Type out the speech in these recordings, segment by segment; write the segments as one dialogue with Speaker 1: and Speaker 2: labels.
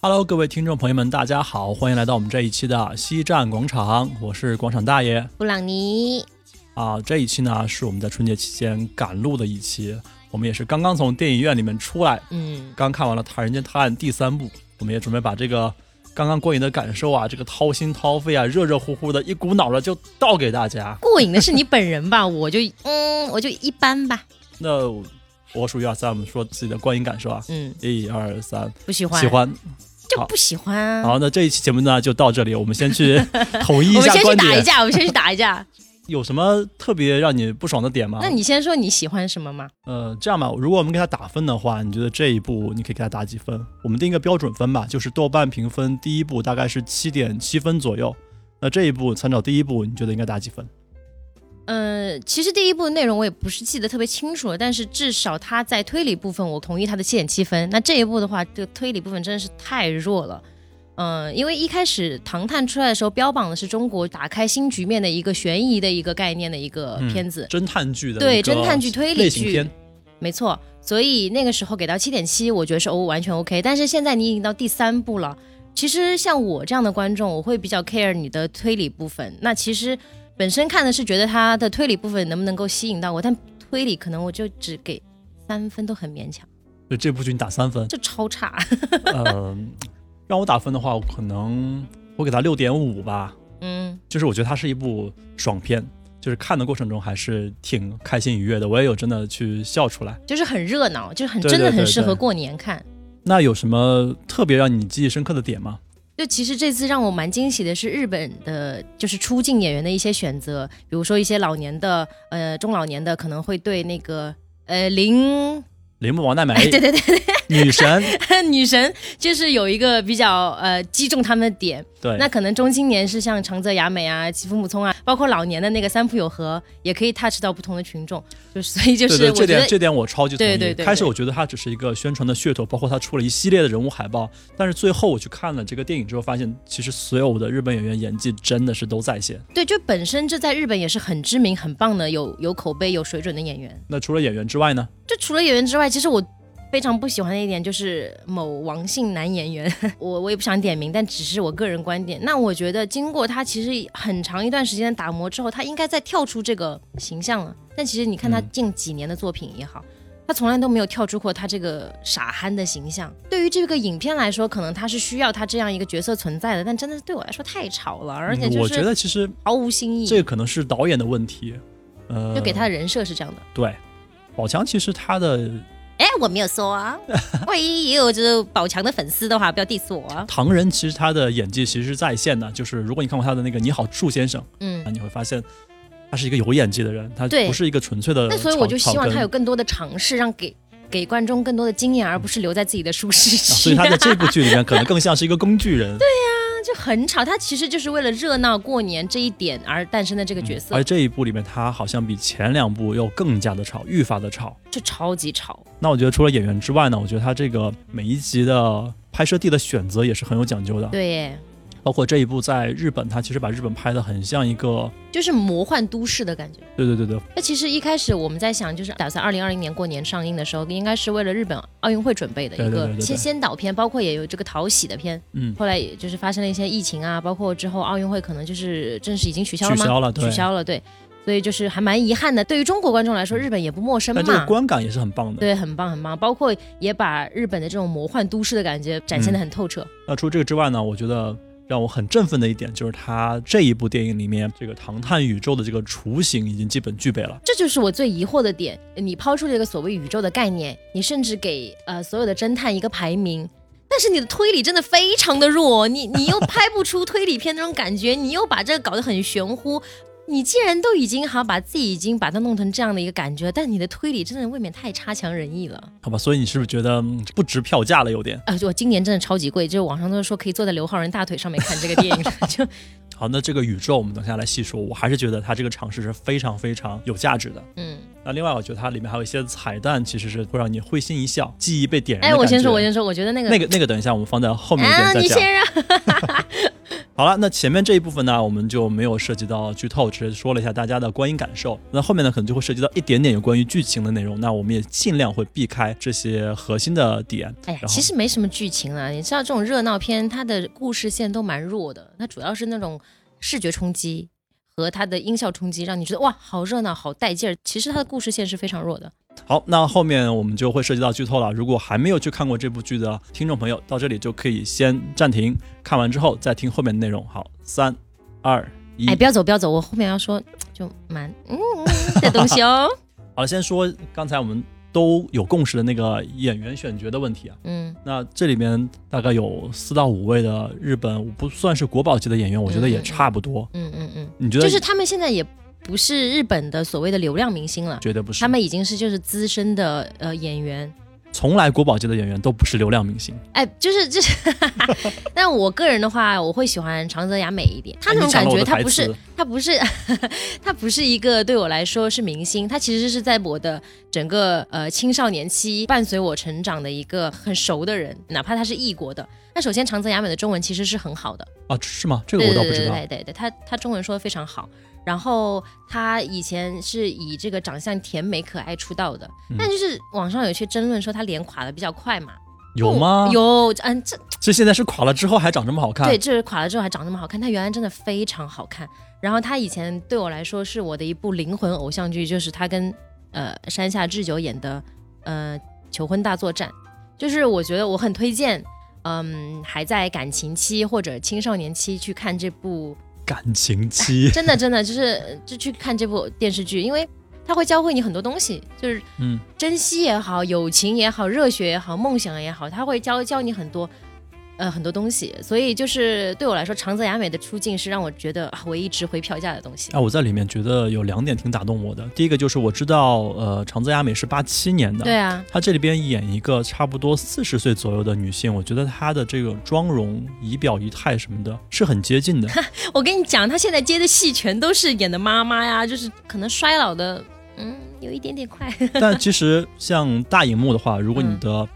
Speaker 1: Hello，各位听众朋友们，大家好，欢迎来到我们这一期的西站广场，我是广场大爷
Speaker 2: 布朗尼。
Speaker 1: 啊。这一期呢是我们在春节期间赶路的一期，我们也是刚刚从电影院里面出来，
Speaker 2: 嗯，
Speaker 1: 刚看完了《唐人街探案》第三部，我们也准备把这个刚刚过瘾的感受啊，这个掏心掏肺啊，热热乎乎的，一股脑的就倒给大家。
Speaker 2: 过瘾的是你本 人吧？我就嗯，我就一般吧。
Speaker 1: 那我我数一二三，我们说自己的观影感受啊，
Speaker 2: 嗯，
Speaker 1: 一二三，
Speaker 2: 不喜欢，
Speaker 1: 喜欢。
Speaker 2: 就不喜欢啊。
Speaker 1: 好，那这一期节目呢就到这里，我们先 去统一一
Speaker 2: 我们
Speaker 1: 下
Speaker 2: 先去
Speaker 1: 观
Speaker 2: 打一
Speaker 1: 点。
Speaker 2: 架，我们先去打 一架。
Speaker 1: 有什么特别让你不爽的点吗？
Speaker 2: 那你先说你喜欢什么嘛？
Speaker 1: 呃，这样吧，如果我们给它打分的话，你觉得这一部你可以给它打几分？我们定一个标准分吧，就是豆瓣评分第一部大概是七点七分左右。那这一部参照第一部，你觉得应该打几分？
Speaker 2: 嗯，其实第一部的内容我也不是记得特别清楚了，但是至少他在推理部分，我同意他的七点七分。那这一部的话，这个推理部分真的是太弱了。嗯，因为一开始《唐探》出来的时候，标榜的是中国打开新局面的一个悬疑的一个概念的一个
Speaker 1: 嗯
Speaker 2: 片子，
Speaker 1: 侦探剧的
Speaker 2: 对
Speaker 1: 一个
Speaker 2: 侦探剧推理
Speaker 1: 类型
Speaker 2: 剧
Speaker 1: 片，
Speaker 2: 没错，所以那个时候给到七点七，我觉得是哦完全 OK。但是现在你已经到第三部了，其实像我这样的观众，我会比较 care 你的推理部分。那其实本身看的是觉得它的推理部分能不能够吸引到我，但推理可能我就只给三分都很勉强，。
Speaker 1: 所以这部剧你打三分
Speaker 2: 就超差。
Speaker 1: 呃，让我打分的话，我可能我给它六点五吧，
Speaker 2: 嗯
Speaker 1: 就是我觉得它是一部爽片，就是看的过程中还是挺开心愉悦的，我也有真的去笑出来。
Speaker 2: 就是很热闹，就是很
Speaker 1: 对
Speaker 2: 真的
Speaker 1: 对
Speaker 2: 很
Speaker 1: 对
Speaker 2: 适
Speaker 1: 对
Speaker 2: 合过年看。
Speaker 1: 那有什么特别让你记忆深刻的点吗？
Speaker 2: 就其实这次让我蛮惊喜的是日本的，就是出镜演员的一些选择，比如说一些老年的，呃，中老年的可能会对那个呃林，
Speaker 1: 铃木王奈美，
Speaker 2: 对对对，
Speaker 1: 女神，
Speaker 2: 女神就是有一个比较呃击中他们的点。
Speaker 1: 对，
Speaker 2: 那可能中青年是像长泽雅美啊、吉夫木聪啊，包括老年的那个三浦友和，也可以 touch 到不同的群众，就是所以就
Speaker 1: 对
Speaker 2: 是
Speaker 1: 对，
Speaker 2: 我
Speaker 1: 这
Speaker 2: 觉
Speaker 1: 点
Speaker 2: 得。
Speaker 1: 这点我超级同意。
Speaker 2: 对对对
Speaker 1: 开始
Speaker 2: 对
Speaker 1: 我觉得它只是一个宣传的噱头，包括它出了一系列的人物海报，但是最后我去看了这个电影之后，发现其实所有的日本演员演技真的是都在线。
Speaker 2: 对，就本身这在日本也是很知名、很棒的，有有口碑、有水准的演员。
Speaker 1: 那除了演员之外呢？
Speaker 2: 就除了演员之外，其实我非常不喜欢的一点就是某王姓男演员， 我我也不想点名，但只是我个人观点。那我觉得经过他其实很长一段时间的打磨之后，他应该再跳出这个形象了。但其实你看他
Speaker 1: 嗯
Speaker 2: 近几年的作品也好。他从来都没有跳出过他这个傻憨的形象。对于这个影片来说，可能他是需要他这样一个角色存在的，但真的对我来说太吵了，而且
Speaker 1: 嗯
Speaker 2: 就
Speaker 1: 我觉
Speaker 2: 是
Speaker 1: 得其实
Speaker 2: 毫无新意。
Speaker 1: 这可能是导演的问题，呃，
Speaker 2: 就给他的人设是这样的。
Speaker 1: 对。宝强其实他的
Speaker 2: 哎，我没有 说啊，万一也有就是宝强的粉丝的话，不要 diss 我啊。
Speaker 1: 唐人其实他的演技其实是在线的，就是如果你看过他的那个《你好，树先生》
Speaker 2: 嗯
Speaker 1: 啊，，你会发现他是一个有演技的人，他
Speaker 2: 对
Speaker 1: 不是一个纯粹的草。
Speaker 2: 那所以我就希望
Speaker 1: 草根
Speaker 2: 他有更多的尝试，让给给观众更多的经验，而不是留在自己的舒适
Speaker 1: 啊所以
Speaker 2: 区。
Speaker 1: 他在这部剧里面可能更像是一个工具人，对，
Speaker 2: 就很吵，他其实就是为了热闹过年这一点而诞生的这个角色，
Speaker 1: 而这一部里面他好像比前两部要更加的吵，愈发的吵。
Speaker 2: 就超级吵。
Speaker 1: 那我觉得除了演员之外呢，我觉得他这个每一集的拍摄地的选择也是很有讲究的，
Speaker 2: 对耶，
Speaker 1: 包括这一部在日本，他其实把日本拍的很像一个，
Speaker 2: 就是魔幻都市的感觉。
Speaker 1: 对对对对，
Speaker 2: 那其实一开始我们在想，就是打算二零二零年过年上映的时候，应该是为了日本奥运会准备的一
Speaker 1: 对对
Speaker 2: 个
Speaker 1: 对对对
Speaker 2: 先先导片，包括也有这个讨喜的片。
Speaker 1: 嗯，
Speaker 2: 后来也就是发生了一些疫情啊，包括之后奥运会可能就是正式已经取消了
Speaker 1: 取
Speaker 2: 吗？
Speaker 1: 消了，对
Speaker 2: 取，消了，对，所以就是还蛮遗憾的。对于中国观众来说，日本也不陌生
Speaker 1: 嗯但这个
Speaker 2: 嘛。
Speaker 1: 观感也是很棒的。
Speaker 2: 对，很棒很棒，包括也把日本的这种魔幻都市的感觉展
Speaker 1: 嗯
Speaker 2: 现的很透彻。
Speaker 1: 那除了这个之外呢，我觉得。让我很振奋的一点就是，他这一部电影里面，这个唐探宇宙的这个雏形已经基本具备了。
Speaker 2: 这就是我最疑惑的点。你抛出了一个所谓宇宙的概念，你甚至给呃所有的侦探一个排名，但是你的推理真的非常的弱，你你又拍不出推理片那种感觉，你又把这个搞得很玄乎。你既然都已经好把自己已经把它弄成这样的一个感觉，但你的推理真的未免太差强人意了。
Speaker 1: 好吧，所以你是不是觉得嗯不值票价了？有点。
Speaker 2: 啊，我今年真的超级贵，就是网上都说可以坐在刘昊然大腿上面看这个电影， 就
Speaker 1: 好，那这个宇宙我们等下来细说。我还是觉得它这个尝试是非常非常有价值的。
Speaker 2: 嗯，
Speaker 1: 那另外，我觉得它里面还有一些彩蛋，其实是会让你会心一笑，记忆被点燃的
Speaker 2: 哎，我
Speaker 1: 感
Speaker 2: 先啊
Speaker 1: 觉
Speaker 2: 说，我先说，我觉得那个
Speaker 1: 那个那个，等一下我们放在后面一点
Speaker 2: 啊，
Speaker 1: 再
Speaker 2: 你
Speaker 1: 讲。
Speaker 2: 先让，
Speaker 1: 好了，那前面这一部分呢，我们就没有涉及到剧透，只是说了一下大家的观影感受。那后面呢，可能就会涉及到一点点有关于剧情的内容，那我们也尽量会避开这些核心的点。
Speaker 2: 哎呀
Speaker 1: 然，后
Speaker 2: 其实没什么剧情了。你知道这种热闹片，它的故事线都蛮弱的，它主要是那种视觉冲击和它的音效冲击，让你觉得哇，好热闹，好带劲儿。其实它的故事线是非常弱的。
Speaker 1: 好，那后面我们就会涉及到剧透了。如果还没有去看过这部剧的听众朋友，到这里就可以先暂停，看完之后再听后面的内容。好，三、二、一
Speaker 2: 哎，。不要走，不要走，我后面要说就蛮嗯嗯的东西 哦。
Speaker 1: 好了，先说刚才我们都有共识的那个演员选角的问题啊。
Speaker 2: 嗯，
Speaker 1: 那这里面大概有四到五位的日本不算是国宝级的演员，我觉得也差不多。
Speaker 2: 嗯嗯嗯，
Speaker 1: 你觉得？
Speaker 2: 就是他们现在也不是日本的所谓的流量明星了，
Speaker 1: 觉得不是
Speaker 2: 他，们已经是就是资深的呃演员。
Speaker 1: 从来国宝级的演员都不是流量明星。
Speaker 2: 哎，就是就是， 但我个人的话，我会喜欢长泽雅美一点。她
Speaker 1: 哎
Speaker 2: 那种
Speaker 1: 你抢
Speaker 2: 感
Speaker 1: 了我
Speaker 2: 觉，
Speaker 1: 的
Speaker 2: 她
Speaker 1: 台
Speaker 2: 不是
Speaker 1: 词
Speaker 2: 她不是 她不是一个对我来说是明星，她其实是在我的整个呃青少年期伴随我成长的一个很熟的人，哪怕她是异国的。那首先，长泽雅美的中文其实是很好的，
Speaker 1: 啊，是吗？这个
Speaker 2: 对
Speaker 1: 我
Speaker 2: 对
Speaker 1: 倒
Speaker 2: 对
Speaker 1: 不知
Speaker 2: 对
Speaker 1: 道。
Speaker 2: 对对对，她她中文说的非常好。然后她以前是以这个长相甜美可爱出道的，
Speaker 1: 嗯
Speaker 2: 但就是网上有些争论说她脸垮的比较快嘛，
Speaker 1: 有吗？。
Speaker 2: 有，嗯，这
Speaker 1: 这现在是垮了之后还长这么好看？
Speaker 2: 对，就是垮了之后还长那么好看，她原来真的非常好看。然后她以前对我来说是我的一部灵魂偶像剧，就是她跟呃山下智久演的呃《求婚大作战》，就是我觉得我很推荐，嗯，还在感情期或者青少年期去看这部，。
Speaker 1: 感情期
Speaker 2: 真的真的就是就去看这部电视剧，因为它会教会你很多东西，就是
Speaker 1: 嗯，
Speaker 2: 珍惜也好，友情也好，热血也好，梦想也好，他会教教你很多，呃，很多东西。所以就是对我来说，长泽雅美的出镜是让我觉得啊唯一值回票价的东西。
Speaker 1: 啊，我在里面觉得有两点挺打动我的。第一个就是我知道，呃，长泽雅美是八七年的，
Speaker 2: 对啊，
Speaker 1: 她这里边演一个差不多四十岁左右的女性，我觉得她的这个妆容、仪表、仪态什么的是很接近的。
Speaker 2: 我跟你讲，她现在接的戏全都是演的妈妈呀，就是可能衰老的，嗯，有一点点快。
Speaker 1: 但其实像大荧幕的话，如果你
Speaker 2: 嗯
Speaker 1: 的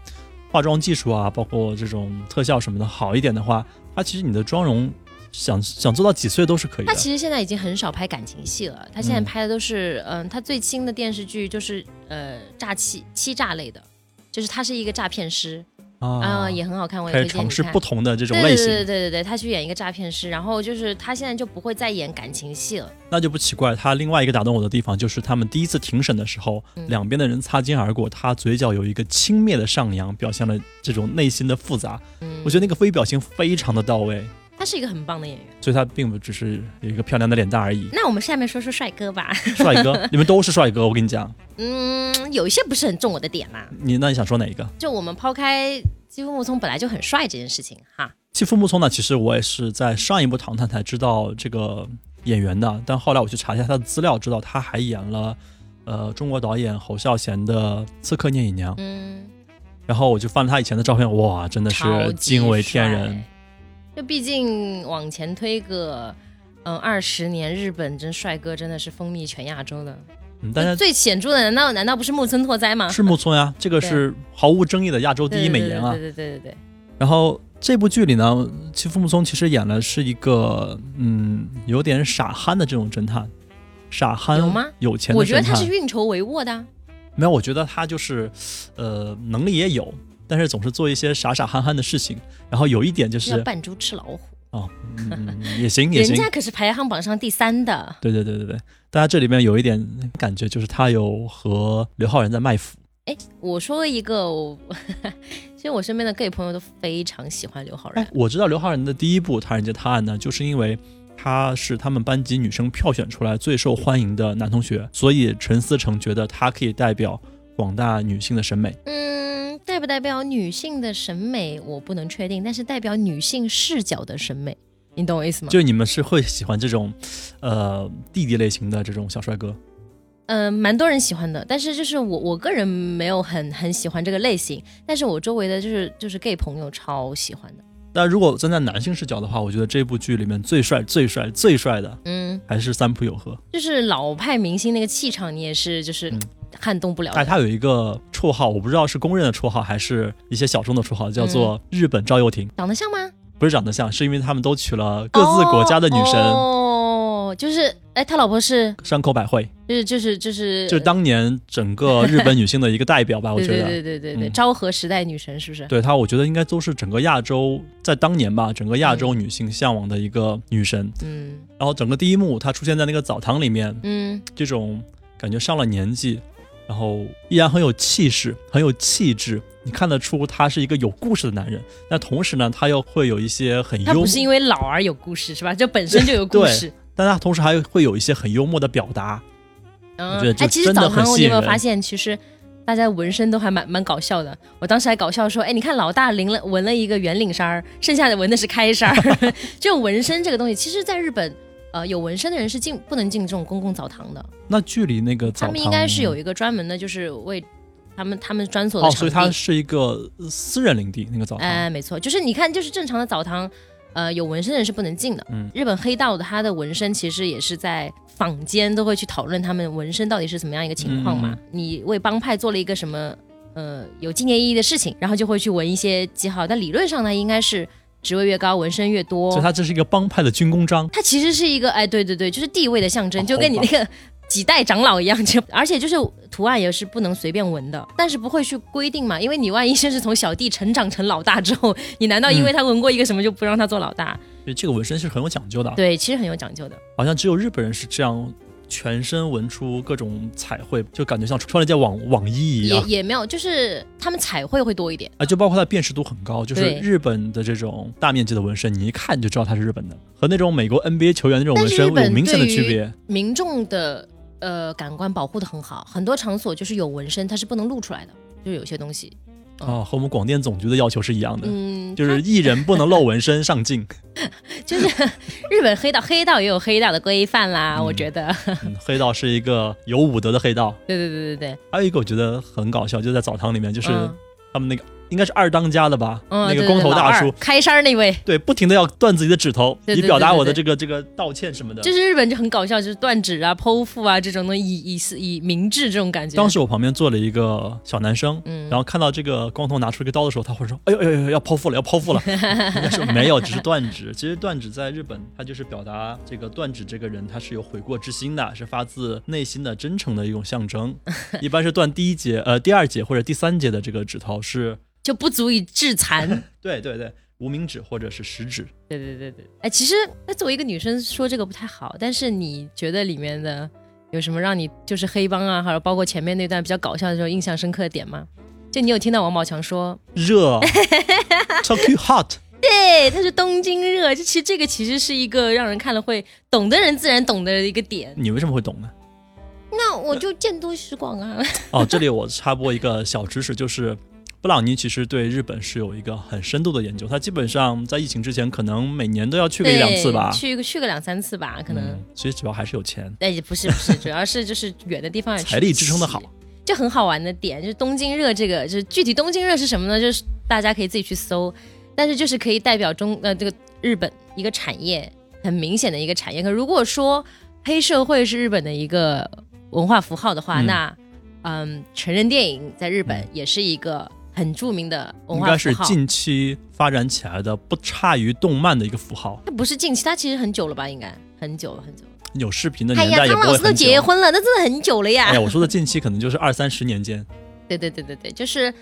Speaker 1: 化妆技术啊，包括这种特效什么的好一点的话，它其实你的妆容想想做到几岁都是可以
Speaker 2: 她
Speaker 1: 的。
Speaker 2: 其实现在已经很少拍感情戏了，她现在
Speaker 1: 嗯
Speaker 2: 拍的都是，嗯、她最新的电视剧就是呃诈欺欺诈类的，就是她是一个诈骗师啊、
Speaker 1: 啊，
Speaker 2: 也很好看，我也
Speaker 1: 开
Speaker 2: 推
Speaker 1: 始
Speaker 2: 荐你
Speaker 1: 尝试
Speaker 2: 看。
Speaker 1: 不同的这种
Speaker 2: 对
Speaker 1: 类
Speaker 2: 对
Speaker 1: 型
Speaker 2: 对对，对对，他去演一个诈骗师，然后就是他现在就不会再演感情戏了。
Speaker 1: 那就不奇怪。他另外一个打动我的地方就是，他们第一次庭审的时候，
Speaker 2: 嗯
Speaker 1: 两边的人擦肩而过，他嘴角有一个轻蔑的上扬，表现了这种内心的复杂。
Speaker 2: 嗯，
Speaker 1: 我觉得那个微表情非常的到位，
Speaker 2: 他是一个很棒的演员。。
Speaker 1: 所以他并不只是有一个漂亮的脸蛋而已
Speaker 2: 那我们下面说说帅哥吧。
Speaker 1: 帅 哥，你们都是帅哥，我跟你讲，
Speaker 2: 嗯，有一些不是很中我的点啦。
Speaker 1: 你那你想说哪一个？
Speaker 2: 就我们抛开基夫木聪本来就很帅这件事情哈，
Speaker 1: 继父木聪呢？其实我也是在上一部《唐探》才知道这个演员的，但后来我去查一下他的资料，知道他还演了，呃，中国导演侯孝贤的《刺客聂隐娘》，
Speaker 2: 嗯，
Speaker 1: 然后我就翻了他以前的照片，哇，真的
Speaker 2: 超
Speaker 1: 是
Speaker 2: 级
Speaker 1: 惊为天人
Speaker 2: 帅。。就毕竟往前推个。嗯，二十年日本真帅哥真的是风靡全亚洲的，
Speaker 1: 嗯，但是
Speaker 2: 最显著的难道难道不是木村拓哉吗？
Speaker 1: 是木村 呀，这个
Speaker 2: 对
Speaker 1: 是毫无争议的亚洲
Speaker 2: 对
Speaker 1: 第一美颜啊
Speaker 2: 对。对对对对对，
Speaker 1: 然后这部剧里呢，其父木聪其实演的是一个嗯有点傻憨的这种侦探，傻憨
Speaker 2: 有吗
Speaker 1: 有钱
Speaker 2: 对
Speaker 1: 的
Speaker 2: 我觉得
Speaker 1: 侦
Speaker 2: 他是
Speaker 1: 探。
Speaker 2: 运筹帷幄的啊、
Speaker 1: 没有，我觉得他就是呃能力也有，但是总是做一些傻傻憨憨的事情。然后有一点就是
Speaker 2: 要扮猪吃老虎，
Speaker 1: 哦，嗯，也行 也
Speaker 2: 人
Speaker 1: 行。
Speaker 2: 家可是排行榜上第三的。
Speaker 1: 对对对对对，但他这里面有一点感觉就是他有和刘昊然在卖腐。
Speaker 2: 哎，我说一个，我 其实我身边的 gay 朋友都非常喜欢刘昊然
Speaker 1: 哎，，我知道刘昊然的第一部《唐人街探案》呢，就是因为他是他们班级女生票选出来最受欢迎的男同学，所以陈思诚觉得他可以代表广大女性的审美。
Speaker 2: 嗯，代不代表女性的审美我不能确定，但是代表女性视角的审美，你懂我意思吗？
Speaker 1: 就是你们是会喜欢这种，呃，弟弟类型的这种小帅哥。
Speaker 2: 嗯、蛮多人喜欢的，但是就是我我个人没有很很喜欢这个类型，但是我周围的就是就是 gay 朋友超喜欢的，
Speaker 1: 但如果站在男性视角的话，我觉得这部剧里面最帅、最帅、最帅的
Speaker 2: 嗯，
Speaker 1: 还是三浦友和。
Speaker 2: 就是老派明星那个气场，你也是就是
Speaker 1: 嗯
Speaker 2: 撼动不了的
Speaker 1: 但他有一个绰
Speaker 2: 嗯
Speaker 1: 号，我不知道是公认的绰号还是一些小众的绰号，叫做“日本赵又廷。
Speaker 2: 长得像吗？”
Speaker 1: 不是长得像，是因为他们都娶了各自国家的女神，
Speaker 2: 哦，就是哎，他老婆是
Speaker 1: 山口百惠，
Speaker 2: 就是就是就是
Speaker 1: 就是当年整个日本女性的一个代表 吧，我
Speaker 2: 对
Speaker 1: 觉得。
Speaker 2: 对对对对
Speaker 1: 啊
Speaker 2: 对，
Speaker 1: 嗯
Speaker 2: 昭和时代女神是不是？
Speaker 1: 对她，我觉得应该都是整个亚洲在当年吧，整个亚洲女性向往的一个女神。
Speaker 2: 嗯
Speaker 1: 然后整个第一幕，她出现在那个澡堂里面，
Speaker 2: 嗯
Speaker 1: 这种感觉上了年纪，然后依然很有气势，很有气质。你看得出他是一个有故事的男人，但同时呢，他又会有一些很
Speaker 2: 他
Speaker 1: 幽默
Speaker 2: 不是，因为老而有故事是吧？这本身就有故事。
Speaker 1: 但他同时还会有一些很幽默的表达。
Speaker 2: 嗯
Speaker 1: 我觉得就
Speaker 2: 哎，其实
Speaker 1: 真的
Speaker 2: 澡
Speaker 1: 很
Speaker 2: 堂我
Speaker 1: 吸
Speaker 2: 你
Speaker 1: 引
Speaker 2: 有没有
Speaker 1: 人
Speaker 2: 发现，其实大家纹身都还蛮蛮搞笑的。我当时还搞笑说，哎，你看老大领了纹了一个圆领衫儿，剩下的纹的是开衫 儿。就纹身这个东西，其实在日本，呃，有纹身的人是进不能进这种公共澡堂的，
Speaker 1: 那距离那个澡
Speaker 2: 他
Speaker 1: 堂，
Speaker 2: 嗯们应该是有一个专门的，就是为他们他们专属的
Speaker 1: 哦，
Speaker 2: 场
Speaker 1: 所以
Speaker 2: 地。
Speaker 1: 它是一个呃私人领地，那个澡堂。
Speaker 2: 哎，没错，就是你看，就是正常的澡堂，呃，有纹身的人是不能进的。
Speaker 1: 嗯
Speaker 2: 日本黑道的他的纹身其实也是在坊间都会去讨论他们纹身到底是怎么样一个情况嘛。
Speaker 1: 嗯
Speaker 2: 你为帮派做了一个什么呃有纪念意义的事情，然后就会去纹一些记号。但理论上呢，应该是职位越高，纹身越多
Speaker 1: 所以。它这是一个帮派的军功章。
Speaker 2: 它其实是一个哎，对对对，就是地位的象征，
Speaker 1: 哦
Speaker 2: 就跟你那个几代长老一样，就 而且就是图案也是不能随便纹的，但是不会去规定嘛，因为你万一先是从小弟成长成老大之后，你难道因为
Speaker 1: 嗯
Speaker 2: 他纹过一个什么就不让他做老大？
Speaker 1: 所以这个纹身是很有讲究的，啊
Speaker 2: 对，其实很有讲究的。
Speaker 1: 好像只有日本人是这样，全身纹出各种彩绘，就感觉像穿了件网网衣一
Speaker 2: 也
Speaker 1: 样。
Speaker 2: 也没有，就是他们彩绘会多一点。
Speaker 1: 啊，就包括它的辨识度很高，就是
Speaker 2: 对
Speaker 1: 日本的这种大面积的纹身，你一看就知道它是日本的，和那种美国 NBA 球员那种纹身
Speaker 2: 但是日本
Speaker 1: 有明显的
Speaker 2: 对于
Speaker 1: 区别。
Speaker 2: 民众的呃感官保护的很好，很多场所就是有纹身，它是不能露出来的，就是有些东西。
Speaker 1: 啊，和我们广电总局的要求是一样的，
Speaker 2: 嗯，
Speaker 1: 就是艺人不能露纹身上 镜。
Speaker 2: 就是 日本黑道，黑道也有黑道的规范啦，
Speaker 1: 嗯
Speaker 2: 我觉得。
Speaker 1: 嗯黑道是一个有武德的黑道，
Speaker 2: 对对对对对，
Speaker 1: 还有一个我觉得很搞笑，就在澡堂里面，就是
Speaker 2: 嗯
Speaker 1: 他们那个、应该是二当家的吧，
Speaker 2: 嗯，
Speaker 1: 那
Speaker 2: 对
Speaker 1: 个
Speaker 2: 对
Speaker 1: 光
Speaker 2: 对
Speaker 1: 头
Speaker 2: 老
Speaker 1: 大
Speaker 2: 二
Speaker 1: 叔，
Speaker 2: 开衫儿那位，
Speaker 1: 对，不停的要断自己的指头，
Speaker 2: 对对
Speaker 1: 以表达
Speaker 2: 对对
Speaker 1: 我的
Speaker 2: 对
Speaker 1: 这个这个道歉什么的。
Speaker 2: 就是日本就很搞笑，就是断指啊、剖腹啊这种东西，以以示以明志这种感觉。
Speaker 1: 当时我旁边坐了一个小男生，
Speaker 2: 嗯
Speaker 1: 然后看到这个光头拿出一个刀的时候，他会说：“哎呦哎呦，哎呦要剖腹了，要剖腹了。” 应该是没有，只是断指。其实断指在日本，它就是表达这个断指这个人他是有悔过之心的，是发自内心的真诚的一种象征。一般是断第一节、呃第二节或者第三节的这个指头是，
Speaker 2: 就不足以 致残。
Speaker 1: 对对对，无名指或者是食指。
Speaker 2: 对对对对，哎，其实那作为一个女生说这个不太好，但是你觉得里面的有什么让你就是黑帮啊，还有包括前面那段比较搞笑的时候印象深刻的点吗？就你有听到王宝 强说，
Speaker 1: 热，Tokyo hot。
Speaker 2: 对，他是东京热，就其实这个其实是一个让人看了会懂的人自然懂的一个点。
Speaker 1: 你为什么会懂呢？
Speaker 2: 那我就见多识广啊。
Speaker 1: 哦，这里我插播一个小知识，就是布朗尼其实对日本是有一个很深度的研究，他基本上在疫情之前，可能每年都要 去个一
Speaker 2: 对，
Speaker 1: 两次吧。
Speaker 2: 去个去个两三次吧，可能。
Speaker 1: 嗯，其实主要还是有钱，
Speaker 2: 哎但也不是不是，主要是就是远的地方也
Speaker 1: 财力支撑的
Speaker 2: 的
Speaker 1: 好。。
Speaker 2: 就很好玩的点就是东京热这个，就是具体东京热是什么呢？就是大家可以自己去搜，但是就是可以代表中呃这个日本一个产业很明显的一个产业。可如果说黑社会是日本的一个文化符号的话，
Speaker 1: 嗯
Speaker 2: 那嗯成人电影在日本
Speaker 1: 嗯
Speaker 2: 也是一个很著名的文
Speaker 1: 应
Speaker 2: 化
Speaker 1: 该
Speaker 2: 符
Speaker 1: 是
Speaker 2: 号。
Speaker 1: 近期发展起来的，不差于动漫的一个符号。
Speaker 2: 它不是近期，它其实很久了吧？应该很久了很久了。
Speaker 1: 有视频的
Speaker 2: 哎
Speaker 1: 年
Speaker 2: 呀，
Speaker 1: 代也
Speaker 2: 汤
Speaker 1: 不
Speaker 2: 老
Speaker 1: 会
Speaker 2: 师都
Speaker 1: 很久。
Speaker 2: 结婚了，那真的很久了呀。
Speaker 1: 哎呀，我说的近期可能就是二三十年间。
Speaker 2: 对对对对对，就是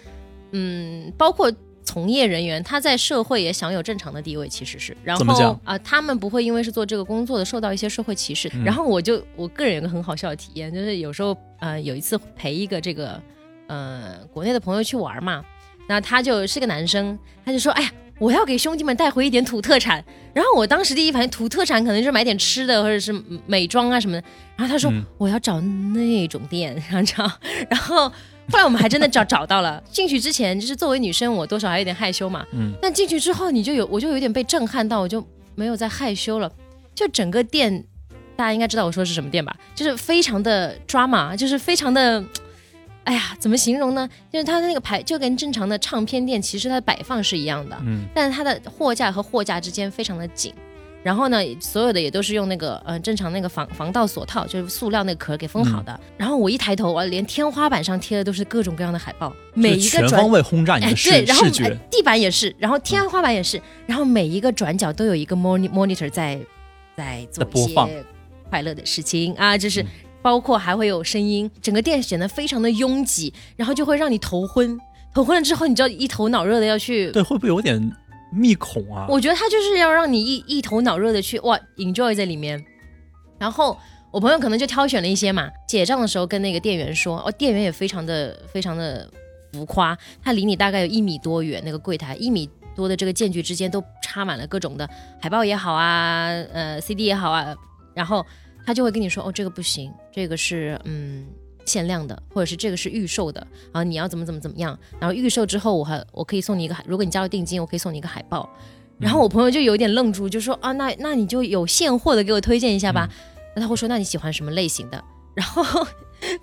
Speaker 2: 嗯，包括从业人员，他在社会也享有正常的地位，其实是。然
Speaker 1: 怎么
Speaker 2: 后
Speaker 1: 讲
Speaker 2: 啊、他们不会因为是做这个工作的受到一些社会歧视。
Speaker 1: 嗯
Speaker 2: 然后我就我个人有个很好笑的体验，就是有时候呃有一次陪一个这个呃国内的朋友去玩嘛，那他就是个男生，他就说哎呀。我要给兄弟们带回一点土特产，然后我当时第一反应土特产可能就是买点吃的或者是美妆啊什么的，然后他说、
Speaker 1: 嗯
Speaker 2: 我要找那种店，然后找，然后后来我们还真的找找到了。进去之前，就是作为女生，我多少还有点害羞嘛。
Speaker 1: 嗯。
Speaker 2: 但进去之后，你就有我就有点被震撼到，我就没有再害羞了。就整个店，大家应该知道我说的是什么店吧？就是非常的 drama，就是非常的。哎呀，怎么形容呢？就是它的那个牌，就跟正常的唱片店，其实它的摆放是一样的，
Speaker 1: 嗯，
Speaker 2: 但是它的货架和货架之间非常的紧，然后呢，所有的也都是用那个呃正常那个防防盗锁套，就是塑料那个壳给封好的。
Speaker 1: 嗯
Speaker 2: 然后我一抬头，我连天花板上贴的都是各种各样的海报，每
Speaker 1: 就
Speaker 2: 一
Speaker 1: 是
Speaker 2: 个
Speaker 1: 全
Speaker 2: 转
Speaker 1: 方位轰炸你
Speaker 2: 哎
Speaker 1: 的视、
Speaker 2: 对，然后
Speaker 1: 视觉，
Speaker 2: 呃
Speaker 1: 嗯
Speaker 2: 地板也是，然后天花板也是，然后每一个转角都有一个 moni- monitor 在在做
Speaker 1: 在播
Speaker 2: 一
Speaker 1: 放
Speaker 2: 些快乐的事情啊，就是
Speaker 1: 嗯
Speaker 2: 包括还会有声音，整个店显得非常的拥挤，然后就会让你头昏，头昏了之后，你知道一头脑热的要去。
Speaker 1: 对，会不会有点密恐啊？
Speaker 2: 我觉得他就是要让你一一头脑热的去哇 enjoy 在里面，然后。我朋友可能就挑选了一些嘛，结账的时候跟那个店员说，哦，店员也非常的非常的浮夸，他离你大概有一米多远，那个柜台一米多的这个间距之间都插满了各种的海报也好啊，呃，CD 也好啊，然后他就会跟你说，哦，这个不行，这个是嗯限量的，或者是这个是预售的，然后你要怎么怎么怎么样，然后预售之后我还我可以送你一个海，如果你交了定金，我可以送你一个海报。然后我朋友就有点愣住，就说啊，那那你就有现货的给我推荐一下吧。那他会说，那你喜欢什么类型的？ 然后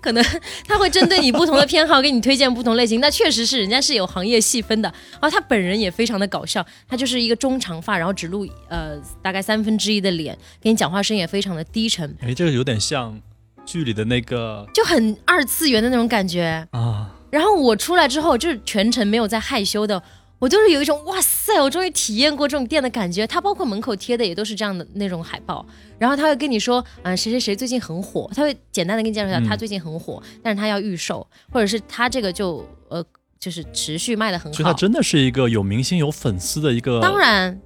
Speaker 2: 可能他会针对你不同的偏好给你推荐不同类型，那确实是人家是有行业细分的。然后他本人也非常的搞笑，他就是一个中长发，然后只露呃大概三分之一的脸，跟你讲话声音也非常的低沉，
Speaker 1: 哎，这个有点像剧里的那个
Speaker 2: 就很二次元的那种感觉。
Speaker 1: 啊，
Speaker 2: 然后我出来之后，就是全程没有在害羞的，我就是有一种哇塞，我终于体验过这种店的感觉。它包括门口贴的也都是这样的那种海报，然后他会跟你说，嗯、谁谁谁最近很火，他会简单的跟你介绍一下
Speaker 1: 嗯
Speaker 2: 他最近很火，但是他要预售，或者是他这个就呃就是持续卖的很
Speaker 1: 所以它
Speaker 2: 好。
Speaker 1: 真的是一个有明星、有粉丝的一个，
Speaker 2: 当然，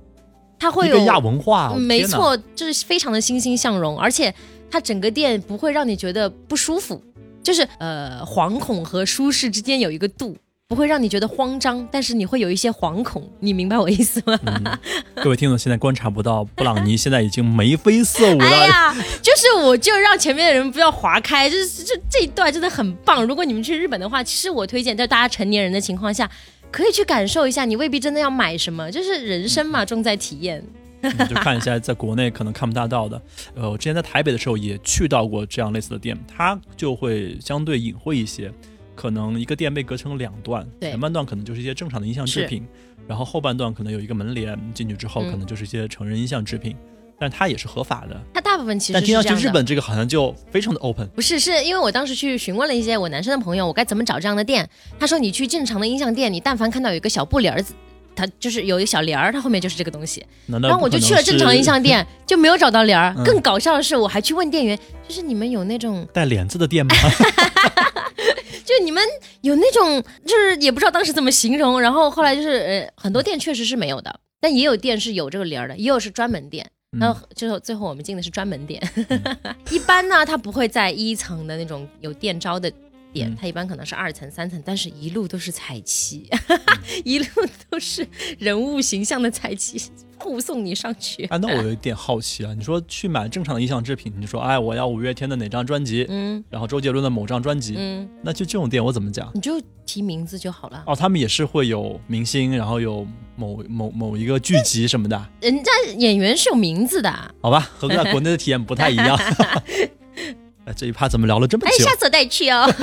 Speaker 2: 他会
Speaker 1: 一个
Speaker 2: 有
Speaker 1: 亚文化，我
Speaker 2: 嗯
Speaker 1: 的
Speaker 2: 没
Speaker 1: 哦天哪，
Speaker 2: 错，就是非常的欣欣向荣，而且它整个店不会让你觉得不舒服，就是呃惶恐和舒适之间有一个度，不会让你觉得慌张，但是你会有一些惶恐，你明白我意思吗？
Speaker 1: 嗯，各位听众现在观察不到，布朗尼现在已经眉飞色舞了。
Speaker 2: 哎呀， 就是我就让前面的人不要划开，就是这这一段真的很棒。如果你们去日本的话，其实我推荐，在大家成年人的情况下。可以去感受一下，你未必真的要买什么，就是人生嘛，重在体验。
Speaker 1: 嗯就看一下在国内可能看不大到的。呃，我之前在台北的时候也去到过这样类似的店，它就会相对隐晦一些，可能一个店被隔成两段，
Speaker 2: 对
Speaker 1: 前半段可能就是一些正常的音像制品，然后后半段可能有一个门帘，进去之后
Speaker 2: 嗯
Speaker 1: 可能就是一些成人音像制品，但它也是合法的。
Speaker 2: 它大部分其实
Speaker 1: 但
Speaker 2: 是这
Speaker 1: 听
Speaker 2: 样
Speaker 1: 上
Speaker 2: 的。
Speaker 1: 去日本这个好像就非常的 open，
Speaker 2: 不是，是因为我当时去询问了一些我男生的朋友，我该怎么找这样的店。他说，你去正常的音像店，你但凡看到有一个小布帘儿，它就是有一个小帘儿，它后面就是这个东西。
Speaker 1: 难道
Speaker 2: 然后我
Speaker 1: 不可
Speaker 2: 就
Speaker 1: 能
Speaker 2: 去了正常
Speaker 1: 是
Speaker 2: 音像店，就没有找到帘儿。
Speaker 1: 嗯
Speaker 2: 更搞笑的是，我还去问店员，就是你们有那种，
Speaker 1: 带帘子的店吗？
Speaker 2: 就是你们有那种，就是也不知道当时怎么形容。然后后来就是，呃，很多店确实是没有的，但也有店是有这个帘儿的，也有是专门店。然后最后最后我们进的是专门店， 一般呢它不会在一层的那种有店招的店
Speaker 1: 嗯，
Speaker 2: 它一般可能是二层、三层，但是一路都是彩旗， 一路都是人物形象的彩旗护送你上去。
Speaker 1: 哎，那我有一点好奇啊，你说去买正常的音像制品，你说哎我要五月天的哪张专辑，
Speaker 2: 嗯
Speaker 1: 然后周杰伦的某张专辑，
Speaker 2: 嗯，
Speaker 1: 那就这种店我怎么讲？
Speaker 2: 你就提名字就好了。
Speaker 1: 哦，他们也是会有明星，然后有某某某一个剧集什么的，
Speaker 2: 人家演员是有名字的，哎
Speaker 1: 好吧？ 和在国内的体验不太一样。哎，这一趴怎么聊了这么
Speaker 2: 哎，
Speaker 1: 久？
Speaker 2: 下次我带你去哦。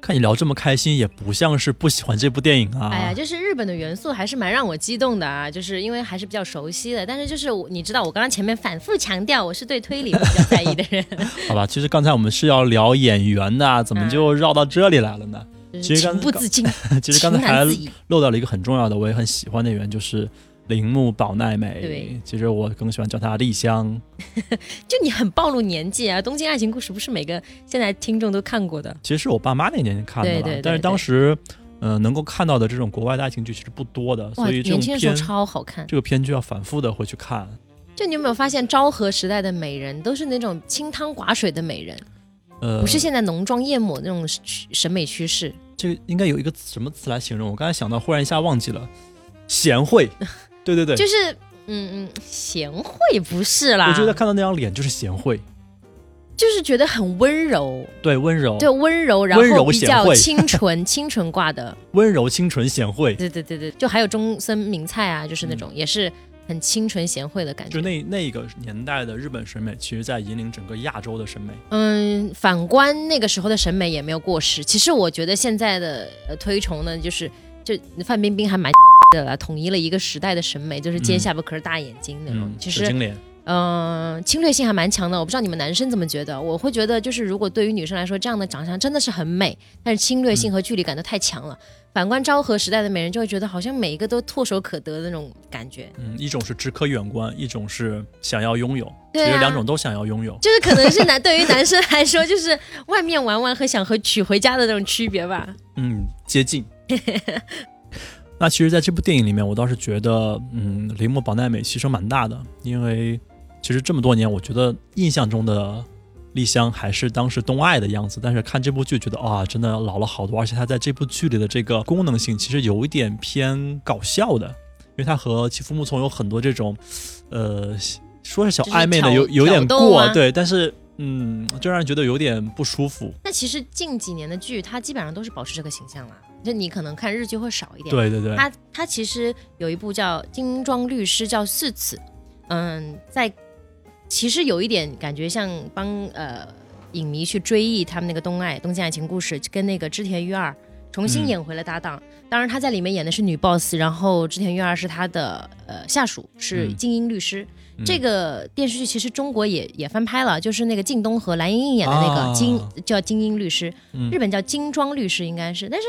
Speaker 1: 看你聊这么开心，也不像是不喜欢这部电影啊。
Speaker 2: 哎呀，就是日本的元素还是蛮让我激动的啊，就是因为还是比较熟悉的。但是就是我，你知道我刚刚前面反复强调，我是对推理比较在意的 人。
Speaker 1: 好吧，其实刚才我们是要聊演员的，怎么
Speaker 2: 嗯
Speaker 1: 就绕到这里来了呢？
Speaker 2: 就是
Speaker 1: 其实刚
Speaker 2: 情不自禁，
Speaker 1: 其实刚才
Speaker 2: 情难
Speaker 1: 还
Speaker 2: 自已。
Speaker 1: 漏掉了一个很重要的，我也很喜欢的演员，就是铃木保奈美
Speaker 2: 对。
Speaker 1: 其实我更喜欢叫她丽香。
Speaker 2: 就你很暴露年纪啊，《东京爱情故事》不是每个现在听众都看过的。
Speaker 1: 其实是我爸妈那年看的
Speaker 2: 对
Speaker 1: 了，
Speaker 2: 对对
Speaker 1: 但是当时，嗯、能够看到的这种国外的爱情剧其实不多的，
Speaker 2: 哇，
Speaker 1: 所以这
Speaker 2: 年轻
Speaker 1: 种
Speaker 2: 的时候
Speaker 1: 片
Speaker 2: 超好看。
Speaker 1: 这个片就要反复的回去看。
Speaker 2: 就你有没有发现，昭和时代的美人都是那种清汤寡水的美人，
Speaker 1: 呃，
Speaker 2: 不是现在浓妆艳抹那种趋审美趋势。
Speaker 1: 这个应该有一个词什么词来形容？我刚才想到，忽然一下忘记了，贤 惠。对对对，
Speaker 2: 就是，嗯嗯，贤惠不是啦，
Speaker 1: 我觉得看到那张脸就是贤惠，
Speaker 2: 就是觉得很温柔，
Speaker 1: 对温柔，
Speaker 2: 就哦温柔，然
Speaker 1: 温柔
Speaker 2: 后比
Speaker 1: 贤
Speaker 2: 较
Speaker 1: 惠
Speaker 2: 清 纯、清纯挂的。
Speaker 1: 温柔清纯贤惠，
Speaker 2: 对对对对，就还有中森明菜啊，就是那种、也是很清纯贤惠的感觉
Speaker 1: 就。那那个年代的日本审美，其实在引领整个亚洲的审美。
Speaker 2: 嗯，反观那个时候的审美也没有过时。其实我觉得现在的、呃、推崇呢，就是就范 嗯冰冰还蛮的了，统一了一个时代的审美，就是尖下巴壳、大眼睛那种。
Speaker 1: 嗯，
Speaker 2: 其
Speaker 1: 水
Speaker 2: 实
Speaker 1: 晶脸，
Speaker 2: 嗯、侵略性还蛮强的。我不知道你们男生怎么觉得，我会觉得就是如果对于女生来说，这样的长相真的是很美，但是侵略性和距离感都太强了。反观昭和时代的美人，就会觉得好像每一个都唾手可得的那种感觉。
Speaker 1: 嗯，一种是只可远观，一种是想要拥有，
Speaker 2: 对啊
Speaker 1: 其实两种都想要拥有。
Speaker 2: 就是可能是男对于男生来说，就是外面玩玩和想和娶回家的那种区 别吧。
Speaker 1: 嗯，接近。那其实，在这部电影里面，我倒是觉得，嗯，铃木保奈美牺牲蛮大的，因为其实这么多年，我觉得印象中的丽香还是当时东爱的样子，但是看这部剧，觉得啊，真的老了好多，而且她在这部剧里的这个功能性，其实有一点偏搞笑的，因为她和妻夫木聪有很多这种，呃，说是小
Speaker 2: 就是
Speaker 1: 暧昧的，
Speaker 2: 挑
Speaker 1: 有有点
Speaker 2: 挑逗
Speaker 1: 过，
Speaker 2: 啊
Speaker 1: 对，但是。嗯，就让人觉得有点不舒服。
Speaker 2: 那其实近几年的剧，它基本上都是保持这个形象啦。就你可能看日剧会少一点，
Speaker 1: 对对对，
Speaker 2: 他他其实有一部叫《精装律师》，叫《四次》，嗯，在其实有一点感觉像帮呃影迷去追忆他们那个东爱东京爱情故事，跟那个织田裕二重新
Speaker 1: 嗯
Speaker 2: 演回了搭档。当然他在里面演的是女 boss，然后织田裕二是他的呃下属，是
Speaker 1: 嗯
Speaker 2: 精英律师。
Speaker 1: 嗯
Speaker 2: 这个电视剧其实中国也也翻拍了，就是那个靳东和蓝盈莹演的那个
Speaker 1: 啊
Speaker 2: 精、叫《精英律师》，
Speaker 1: 嗯
Speaker 2: 日本叫《精装律师》应该是，但是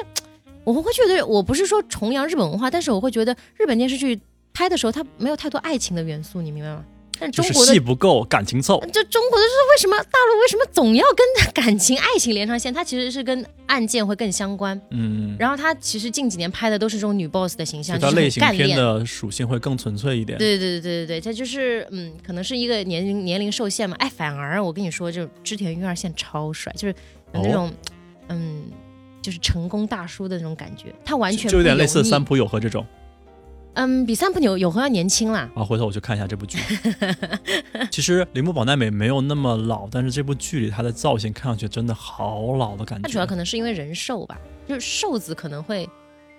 Speaker 2: 我会觉得，我不是说崇洋日本文化，但是我会觉得日本电视剧拍的时候，它没有太多爱情的元素，你明白吗？但
Speaker 1: 就
Speaker 2: 中
Speaker 1: 是
Speaker 2: 国的
Speaker 1: 戏不够，感情凑。
Speaker 2: 就中国的就是为什么大陆为什么总要跟 感情、爱情连上线？它其实是跟案件会更相关。
Speaker 1: 嗯，
Speaker 2: 然后它其实近几年拍的都是这种女 boss 的形
Speaker 1: 所
Speaker 2: 象，
Speaker 1: 以
Speaker 2: 就
Speaker 1: 它
Speaker 2: 是
Speaker 1: 类
Speaker 2: 很
Speaker 1: 型
Speaker 2: 干
Speaker 1: 片
Speaker 2: 练。
Speaker 1: 的属性会更纯粹一点。
Speaker 2: 对对对对对，它就是嗯，可能是一个年龄年龄受限嘛。哎，反而我跟你说，就织田裕二现在超帅，就是有
Speaker 1: 哦
Speaker 2: 那种、嗯，就是成功大叔的那种感觉，他完
Speaker 1: 就，
Speaker 2: 全
Speaker 1: 就有点
Speaker 2: 不
Speaker 1: 类似
Speaker 2: 油腻
Speaker 1: 三浦友和这种
Speaker 2: 嗯，比三浦友友和要年轻啦。
Speaker 1: 啊。回头我去看一下这 部剧。其实铃木保奈美没有那么老，但是这部剧里她的造型看上去真的好老的感
Speaker 2: 他主要
Speaker 1: 觉。
Speaker 2: 可能是因为人瘦吧，就是瘦子可能会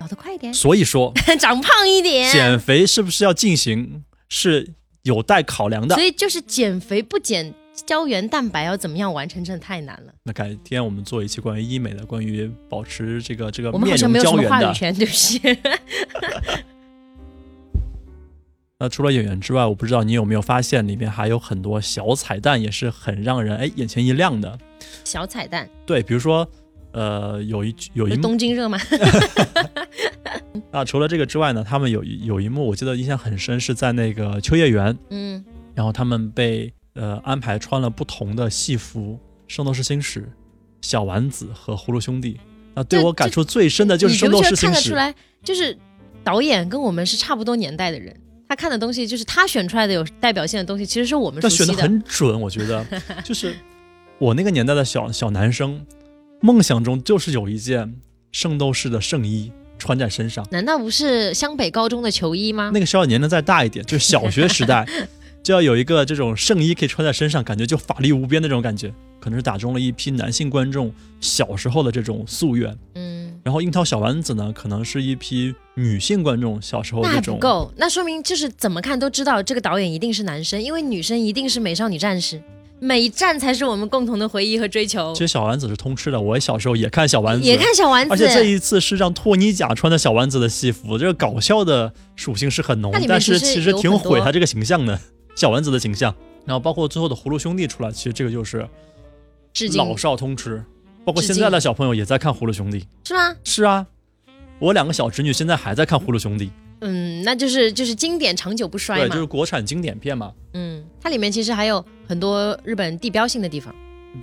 Speaker 2: 老得快 一点，
Speaker 1: 所以说，
Speaker 2: 长胖一点。
Speaker 1: 减肥是不是要进行是有待考量的
Speaker 2: 所。以就是减肥不减胶原蛋白要怎么样完成，真的太难了。
Speaker 1: 那改天我们做一期关于医美的，关于保持这个这个
Speaker 2: 我们
Speaker 1: 呃
Speaker 2: 好
Speaker 1: 面
Speaker 2: 像
Speaker 1: 容
Speaker 2: 没有什
Speaker 1: 胶
Speaker 2: 么
Speaker 1: 原
Speaker 2: 话
Speaker 1: 的
Speaker 2: 语。权，对不起。
Speaker 1: 那除了演员之外，我不知道你有没有发现里面还有很多小彩蛋，也是很让人哎眼前一亮的。
Speaker 2: 小彩蛋，
Speaker 1: 对，比如说，呃，有一有一
Speaker 2: 就
Speaker 1: 幕
Speaker 2: 东京热吗？
Speaker 1: 啊，除了这个之外呢，他们有一有一幕我记得印象很深，是在那个秋叶原，
Speaker 2: 嗯，
Speaker 1: 然后他们被呃安排穿了不同的戏服，《圣斗士星矢》、小丸子和葫芦兄弟。那对
Speaker 2: 这
Speaker 1: 我感触最深的就是《
Speaker 2: 嗯你觉
Speaker 1: 圣
Speaker 2: 不
Speaker 1: 斗
Speaker 2: 觉
Speaker 1: 士
Speaker 2: 得
Speaker 1: 星
Speaker 2: 看得
Speaker 1: 矢
Speaker 2: 出》。来，就是导演跟我们是差不多年代的人，他看的东西就是他选出来的有代表性的东西，其实是我们熟
Speaker 1: 但选
Speaker 2: 悉
Speaker 1: 的
Speaker 2: 的。
Speaker 1: 很准，我觉 得就是我那个年代的小小男生，梦想中就是有一件圣斗士的圣衣穿在身上。
Speaker 2: 难道不是湘北高中的球衣吗？
Speaker 1: 那个时候年龄再大一点，就是小学时 代，就要有一个这种圣衣可以穿在身上，感觉就法力无边的那种感觉，可能是打中了一批男性观众小时候的这种夙愿。
Speaker 2: 嗯，
Speaker 1: 然后樱桃小丸子呢，可能是一批女性观众小时候
Speaker 2: 那
Speaker 1: 这
Speaker 2: 还不
Speaker 1: 种。
Speaker 2: 够，那说明就是怎么看都知道这个导演一定是男生，因为女生一定是美少女战士，美战才是我们共同的回忆和追求
Speaker 1: 其。实小丸子是通吃的，我小时候也看小丸子，
Speaker 2: 也看小丸
Speaker 1: 而
Speaker 2: 子
Speaker 1: 且，这一次是让托尼贾穿的小丸子的戏服，这个搞笑的属性是很浓
Speaker 2: 那里，面
Speaker 1: 但是
Speaker 2: 其实
Speaker 1: 其实
Speaker 2: 有
Speaker 1: 挺
Speaker 2: 很
Speaker 1: 毁
Speaker 2: 多
Speaker 1: 他这个形象的小丸子的形象。然后包括最后的葫芦兄弟出来，其实这个就是
Speaker 2: 致敬
Speaker 1: 老少通吃，包括
Speaker 2: 致
Speaker 1: 现
Speaker 2: 敬
Speaker 1: 在的小朋友也在看葫芦兄弟。
Speaker 2: 是吗？
Speaker 1: 是啊，我两个小侄女现在还在看葫芦兄弟，
Speaker 2: 嗯，那就是就是经典长久不衰
Speaker 1: 对，
Speaker 2: 嘛。
Speaker 1: 就是国产经典片嘛。
Speaker 2: 嗯，它里面其实还有很多日本地标性的地方。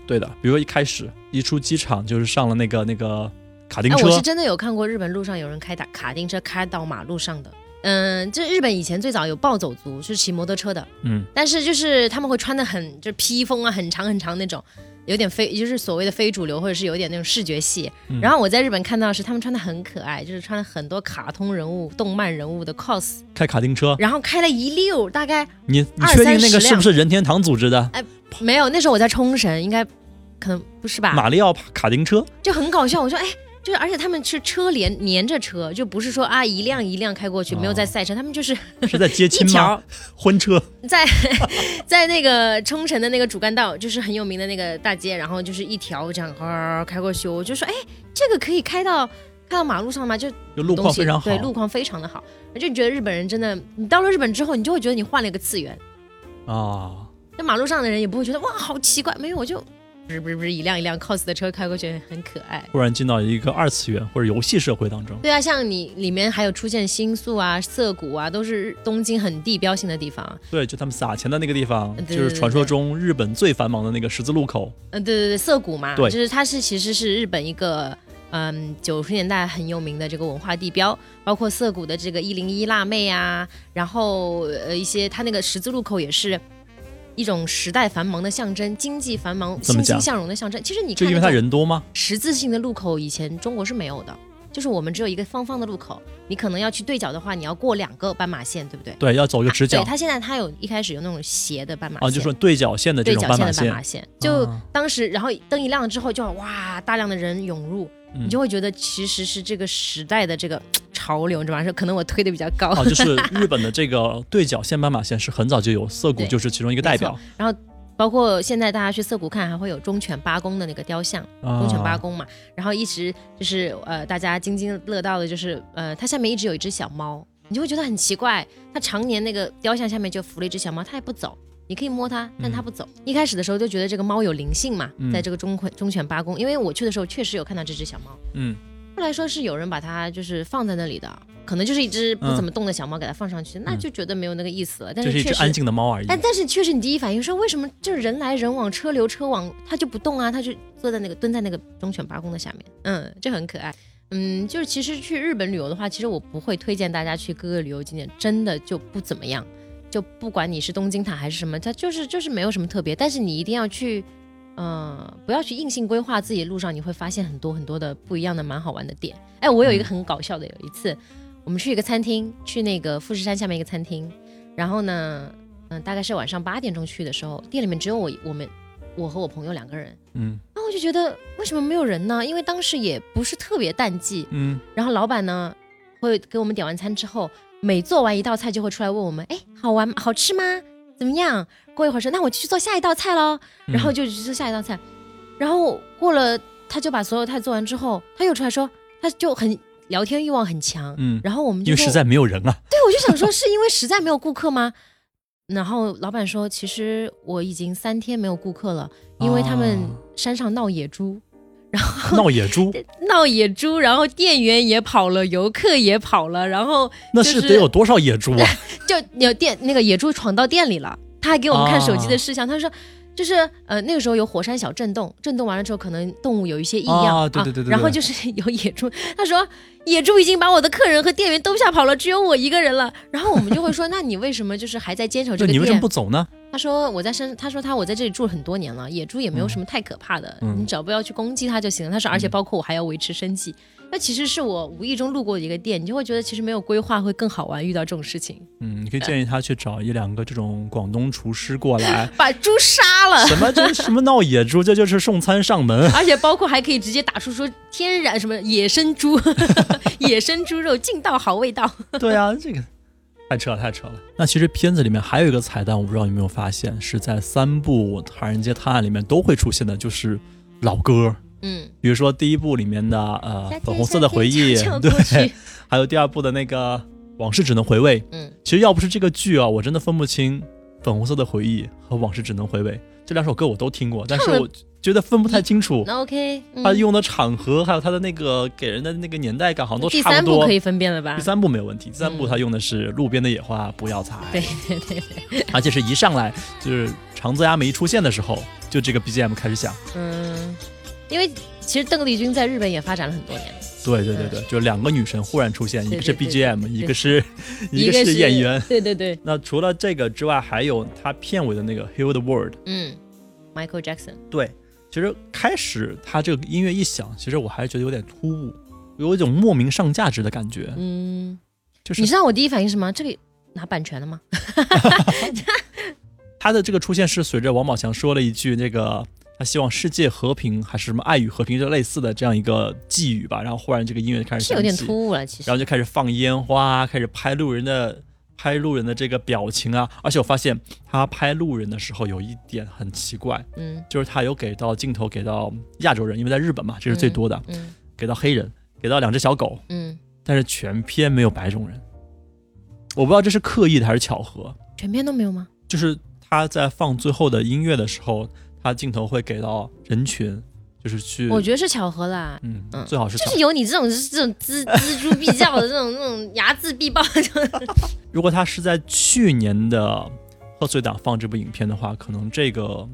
Speaker 1: 对的，比如一开始一出机场就是上了那个那个卡丁
Speaker 2: 哎，
Speaker 1: 车
Speaker 2: 我，是真的有看过日本路上有人开打卡丁车开到马路上的。嗯，这日本以前最早有暴走族，是骑摩托车的，
Speaker 1: 嗯，
Speaker 2: 但是就是他们会穿的很，就是披风啊，很长很长那种，有点非，就是所谓的非主流，或者是有点那种视觉系。
Speaker 1: 嗯
Speaker 2: 然后我在日本看到的是他们穿的很可爱，就是穿了很多卡通人物、动漫人物的 cos，
Speaker 1: 开卡丁车，
Speaker 2: 然后开了一溜，大概
Speaker 1: 你你
Speaker 2: 二
Speaker 1: 确定
Speaker 2: 三
Speaker 1: 那个
Speaker 2: 十
Speaker 1: 是不
Speaker 2: 辆
Speaker 1: 是任天堂组织的
Speaker 2: 没有，那时候我在冲绳，应该可能不是吧？
Speaker 1: 马里奥卡丁车？
Speaker 2: 就很搞笑。我说，哎，就是而且他们是车连连着车，就不是说啊一辆一辆开过去，没有在赛车，他们就是
Speaker 1: 是在接
Speaker 2: 一
Speaker 1: 亲吗？
Speaker 2: 条
Speaker 1: 婚车，
Speaker 2: 在 在那个冲绳的那个主干道，就是很有名的那个大街，然后就是一条这样嗷开过去，我就说，哎，这个可以开到开到马路上吗？就
Speaker 1: 就路
Speaker 2: 东
Speaker 1: 况
Speaker 2: 西
Speaker 1: 非常好。
Speaker 2: 对，路况非常的好。我就觉得日本人真的，你到了日本之后，你就会觉得你换了一个次元，
Speaker 1: 啊，
Speaker 2: 那马路上的人也不会觉得哇好奇怪，没有我就。不是不是不是，一辆一辆 cos 的车开过去很可爱。
Speaker 1: 突然进到一个二次元或者游戏社会当中，
Speaker 2: 对啊，像你里面还有出现新宿啊、涩谷啊，都是东京很地标性的地方。啊
Speaker 1: 对，就他们撒钱的那个地方，
Speaker 2: 对对
Speaker 1: 就是传说
Speaker 2: 对对
Speaker 1: 中日本最繁忙的那个十字路口。
Speaker 2: 嗯，对对对，涩谷嘛，
Speaker 1: 对
Speaker 2: 就是它是其实是日本一个嗯九十年代很有名的这个文化地标，包括涩谷的这个一零一辣妹啊，然后呃一些它那个十字路口也是一种时代繁忙的象征，经济繁忙、
Speaker 1: 怎么
Speaker 2: 欣
Speaker 1: 讲
Speaker 2: 欣向荣的象征。其实你
Speaker 1: 就
Speaker 2: 看
Speaker 1: 因为他
Speaker 2: 那种
Speaker 1: 人多吗？
Speaker 2: 十字形的路口以前中国是没有的，就是我们只有一个方方的路口，你可能要去对角的话，你要过两个斑马线，对不对？
Speaker 1: 对，要走一个直角
Speaker 2: 啊对，它现在它有一开始有那种斜的斑马线，
Speaker 1: 啊，就说对角线的这
Speaker 2: 对
Speaker 1: 种
Speaker 2: 角
Speaker 1: 斑
Speaker 2: 线
Speaker 1: 马
Speaker 2: 的斑
Speaker 1: 线
Speaker 2: 马线。就
Speaker 1: 啊
Speaker 2: 当时，然后灯一亮之后就，哇，大量的人涌入，
Speaker 1: 嗯
Speaker 2: 你就会觉得其实是这个时代的这个潮流，你知道吗？是可能我推的比较高，
Speaker 1: 啊，就是日本的这个对角线斑马线是很早就有，涩谷
Speaker 2: 对
Speaker 1: 就是其中一个代表
Speaker 2: 没错。然后 包括现在大家去涩谷看，还会有忠犬八公的那个雕像。
Speaker 1: 啊
Speaker 2: 忠犬八公嘛，然后一直就是呃，大家津津乐道的就是呃，它下面一直有一只小猫，你就会觉得很奇怪，它常年那个雕像下面就扶了一只小猫，它也不走。你可以摸它，但它不走。一开始的时候就觉得这个猫有灵性嘛，
Speaker 1: 嗯
Speaker 2: 在这个忠犬忠犬八公，因为我去的时候确实有看到这只小猫。
Speaker 1: 嗯，
Speaker 2: 后来说是有人把它就是放在那里的，可能就是一只不怎么动的小猫给它放上去，那就觉得没有那个意思了。但
Speaker 1: 这嗯是
Speaker 2: 是
Speaker 1: 一
Speaker 2: 确
Speaker 1: 只
Speaker 2: 实
Speaker 1: 安静的猫而已。
Speaker 2: 但但是确实，你第一反应说为什么就是人来人往，车流车往，他就不动啊，他就坐在那个蹲在那个忠犬八公的下面，嗯，这很可爱。嗯，就是其实去日本旅游的话，其实我不会推荐大家去各个旅游景点，真的就不怎么样。就不管你是东京塔还是什么，它就是就是没有什么特别，但是你一定要去，呃，不要去硬性规划自己的路上，你会发现很多很多的不一样的蛮好玩的点。哎，我有一个很搞笑的，有一次我们去一个餐厅，去那个富士山下面一个餐厅，然后呢，嗯、大概是晚上八点钟去的时候，店里面只有我我们我和我朋友两个人，
Speaker 1: 嗯
Speaker 2: 然后我就觉得为什么没有人呢？因为当时也不是特别淡季，
Speaker 1: 嗯，
Speaker 2: 然后老板呢会给我们点完餐之后，每做完一道菜就会出来问我们，哎，好玩吗好吃吗？怎么样？过一会儿说，那我去做下一道菜喽，
Speaker 1: 嗯
Speaker 2: 然后就去做下一道菜，然后过了，他就把所有菜做完之后，他又出来说，他就很聊天欲望很强，
Speaker 1: 嗯
Speaker 2: 然后我们
Speaker 1: 因
Speaker 2: 就
Speaker 1: 为
Speaker 2: 说
Speaker 1: 实在没有人 啊。
Speaker 2: 对，我就想说，是因为实在没有顾客吗？然后老板说，其实我已经三天没有顾客了，因为他们
Speaker 1: 啊
Speaker 2: 山上闹野猪，
Speaker 1: 闹野猪，
Speaker 2: 闹野猪，然后店员也跑了，游客也跑了，然后
Speaker 1: 那
Speaker 2: 就是
Speaker 1: 是得有多少野 猪啊？
Speaker 2: 就有店那个野猪闯到店里了，他还给我们看手机的事项，他说。就是呃那个时候有火山小震动，震动完了之后可能动物有一些异样
Speaker 1: 啊对对对对
Speaker 2: 然后
Speaker 1: 对
Speaker 2: 就是有野猪，他说野猪已经把我的客人和店员都吓跑了，只有我一个人了。然后我们就会说，那你为什么就是还在坚守这
Speaker 1: 对，
Speaker 2: 个
Speaker 1: 你为什么
Speaker 2: 店
Speaker 1: 不？走呢？
Speaker 2: 他说我在山，他说他我在这里住了很多年了，野猪也没有什么太可怕的，
Speaker 1: 嗯
Speaker 2: 你只要不要去攻击它就行了。他说而且包括我还要维持生计，那其实是我无意中路过的一个店，你就会觉得其实没有规划会更好玩，遇到这种事情。
Speaker 1: 嗯，你可以建议他去找一两个这种广东厨师过来
Speaker 2: 把猪杀了。
Speaker 1: 什么这什么闹野猪，这就是送餐上门。
Speaker 2: 而且包括还可以直接打出说天然什么野生猪， 野生猪肉劲道好味道。
Speaker 1: 对啊，这个太扯了，太扯了。那其实片子里面还有一个彩蛋，我不知道你有没有发现，是在三部《唐人街探案》里面都会出现的，就是老歌。
Speaker 2: 嗯，
Speaker 1: 比如说第一部里面的呃
Speaker 2: 夏天
Speaker 1: 粉红色的回忆
Speaker 2: 夏，天唱
Speaker 1: 对
Speaker 2: 歌 曲，
Speaker 1: 还有第二部的那个往事只能回味。
Speaker 2: 嗯，
Speaker 1: 其实要不是这个剧啊，我真的分不清《粉红色的回忆》和《往事只能回味》这两首歌，我都听过，但是
Speaker 2: 唱了
Speaker 1: 我觉得分不太清楚。
Speaker 2: 那 OK，嗯
Speaker 1: 它用的场合，还有它的那个给人的那个年代感，好像都
Speaker 2: 第
Speaker 1: 差
Speaker 2: 三
Speaker 1: 不
Speaker 2: 部
Speaker 1: 多。
Speaker 2: 可以分辨了吧
Speaker 1: 第？三部没有问题，第三部
Speaker 2: 嗯
Speaker 1: 它用的是路边的野花不要采，
Speaker 2: 对 对对，
Speaker 1: 而且是一上来就是长泽雅美一出现的时候，就这个 BGM 开始响。
Speaker 2: 嗯，因为其实邓丽君在日本也发展了很多年，
Speaker 1: 对对对对，就两个女神忽然出现，一
Speaker 2: 嗯对
Speaker 1: 个是
Speaker 2: 对对
Speaker 1: BGM，
Speaker 2: 对
Speaker 1: 一个是 一
Speaker 2: 个
Speaker 1: 个是演员。，
Speaker 2: 对对对，
Speaker 1: 那除了这个之外，还有它片尾的那个 Heal the World。
Speaker 2: 嗯，Michael Jackson，
Speaker 1: 对，其实开始它这个音乐一响，其实我还是觉得有点突兀，有一种莫名上价值的感觉。
Speaker 2: 嗯，
Speaker 1: 就是
Speaker 2: 你知道我第一反应是什么？这个拿版权了吗？
Speaker 1: 他的这个出现是随着王宝强说了一句那个他希望世界和平还是什么爱与和平就类似的这样一个寄语吧，然后忽然这个音乐开始
Speaker 2: 是
Speaker 1: 响
Speaker 2: 有点
Speaker 1: 起
Speaker 2: 突兀了，其实
Speaker 1: 然后就开始放烟花，开始拍路人的拍路人的这个表情啊，而且我发现他拍路人的时候有一点很奇怪，
Speaker 2: 嗯
Speaker 1: 就是他有给到镜头给到亚洲人，因为在日本嘛，这是最多的，
Speaker 2: 嗯
Speaker 1: 给到黑人，给到两只小狗，
Speaker 2: 嗯，
Speaker 1: 但是全片没有白种人，我不知道这是刻意的还是巧合，
Speaker 2: 全片都没有吗？
Speaker 1: 就是他在放最后的音乐的时候，他镜头会给到人群，就是去，
Speaker 2: 我觉得是巧合啦。
Speaker 1: 嗯
Speaker 2: 嗯，
Speaker 1: 最好是巧
Speaker 2: 就是有你这种这种锱锱铢必较的这种这 种睚眦必报，就
Speaker 1: 如果他是在去年的贺岁档放这部影片的话，可能这个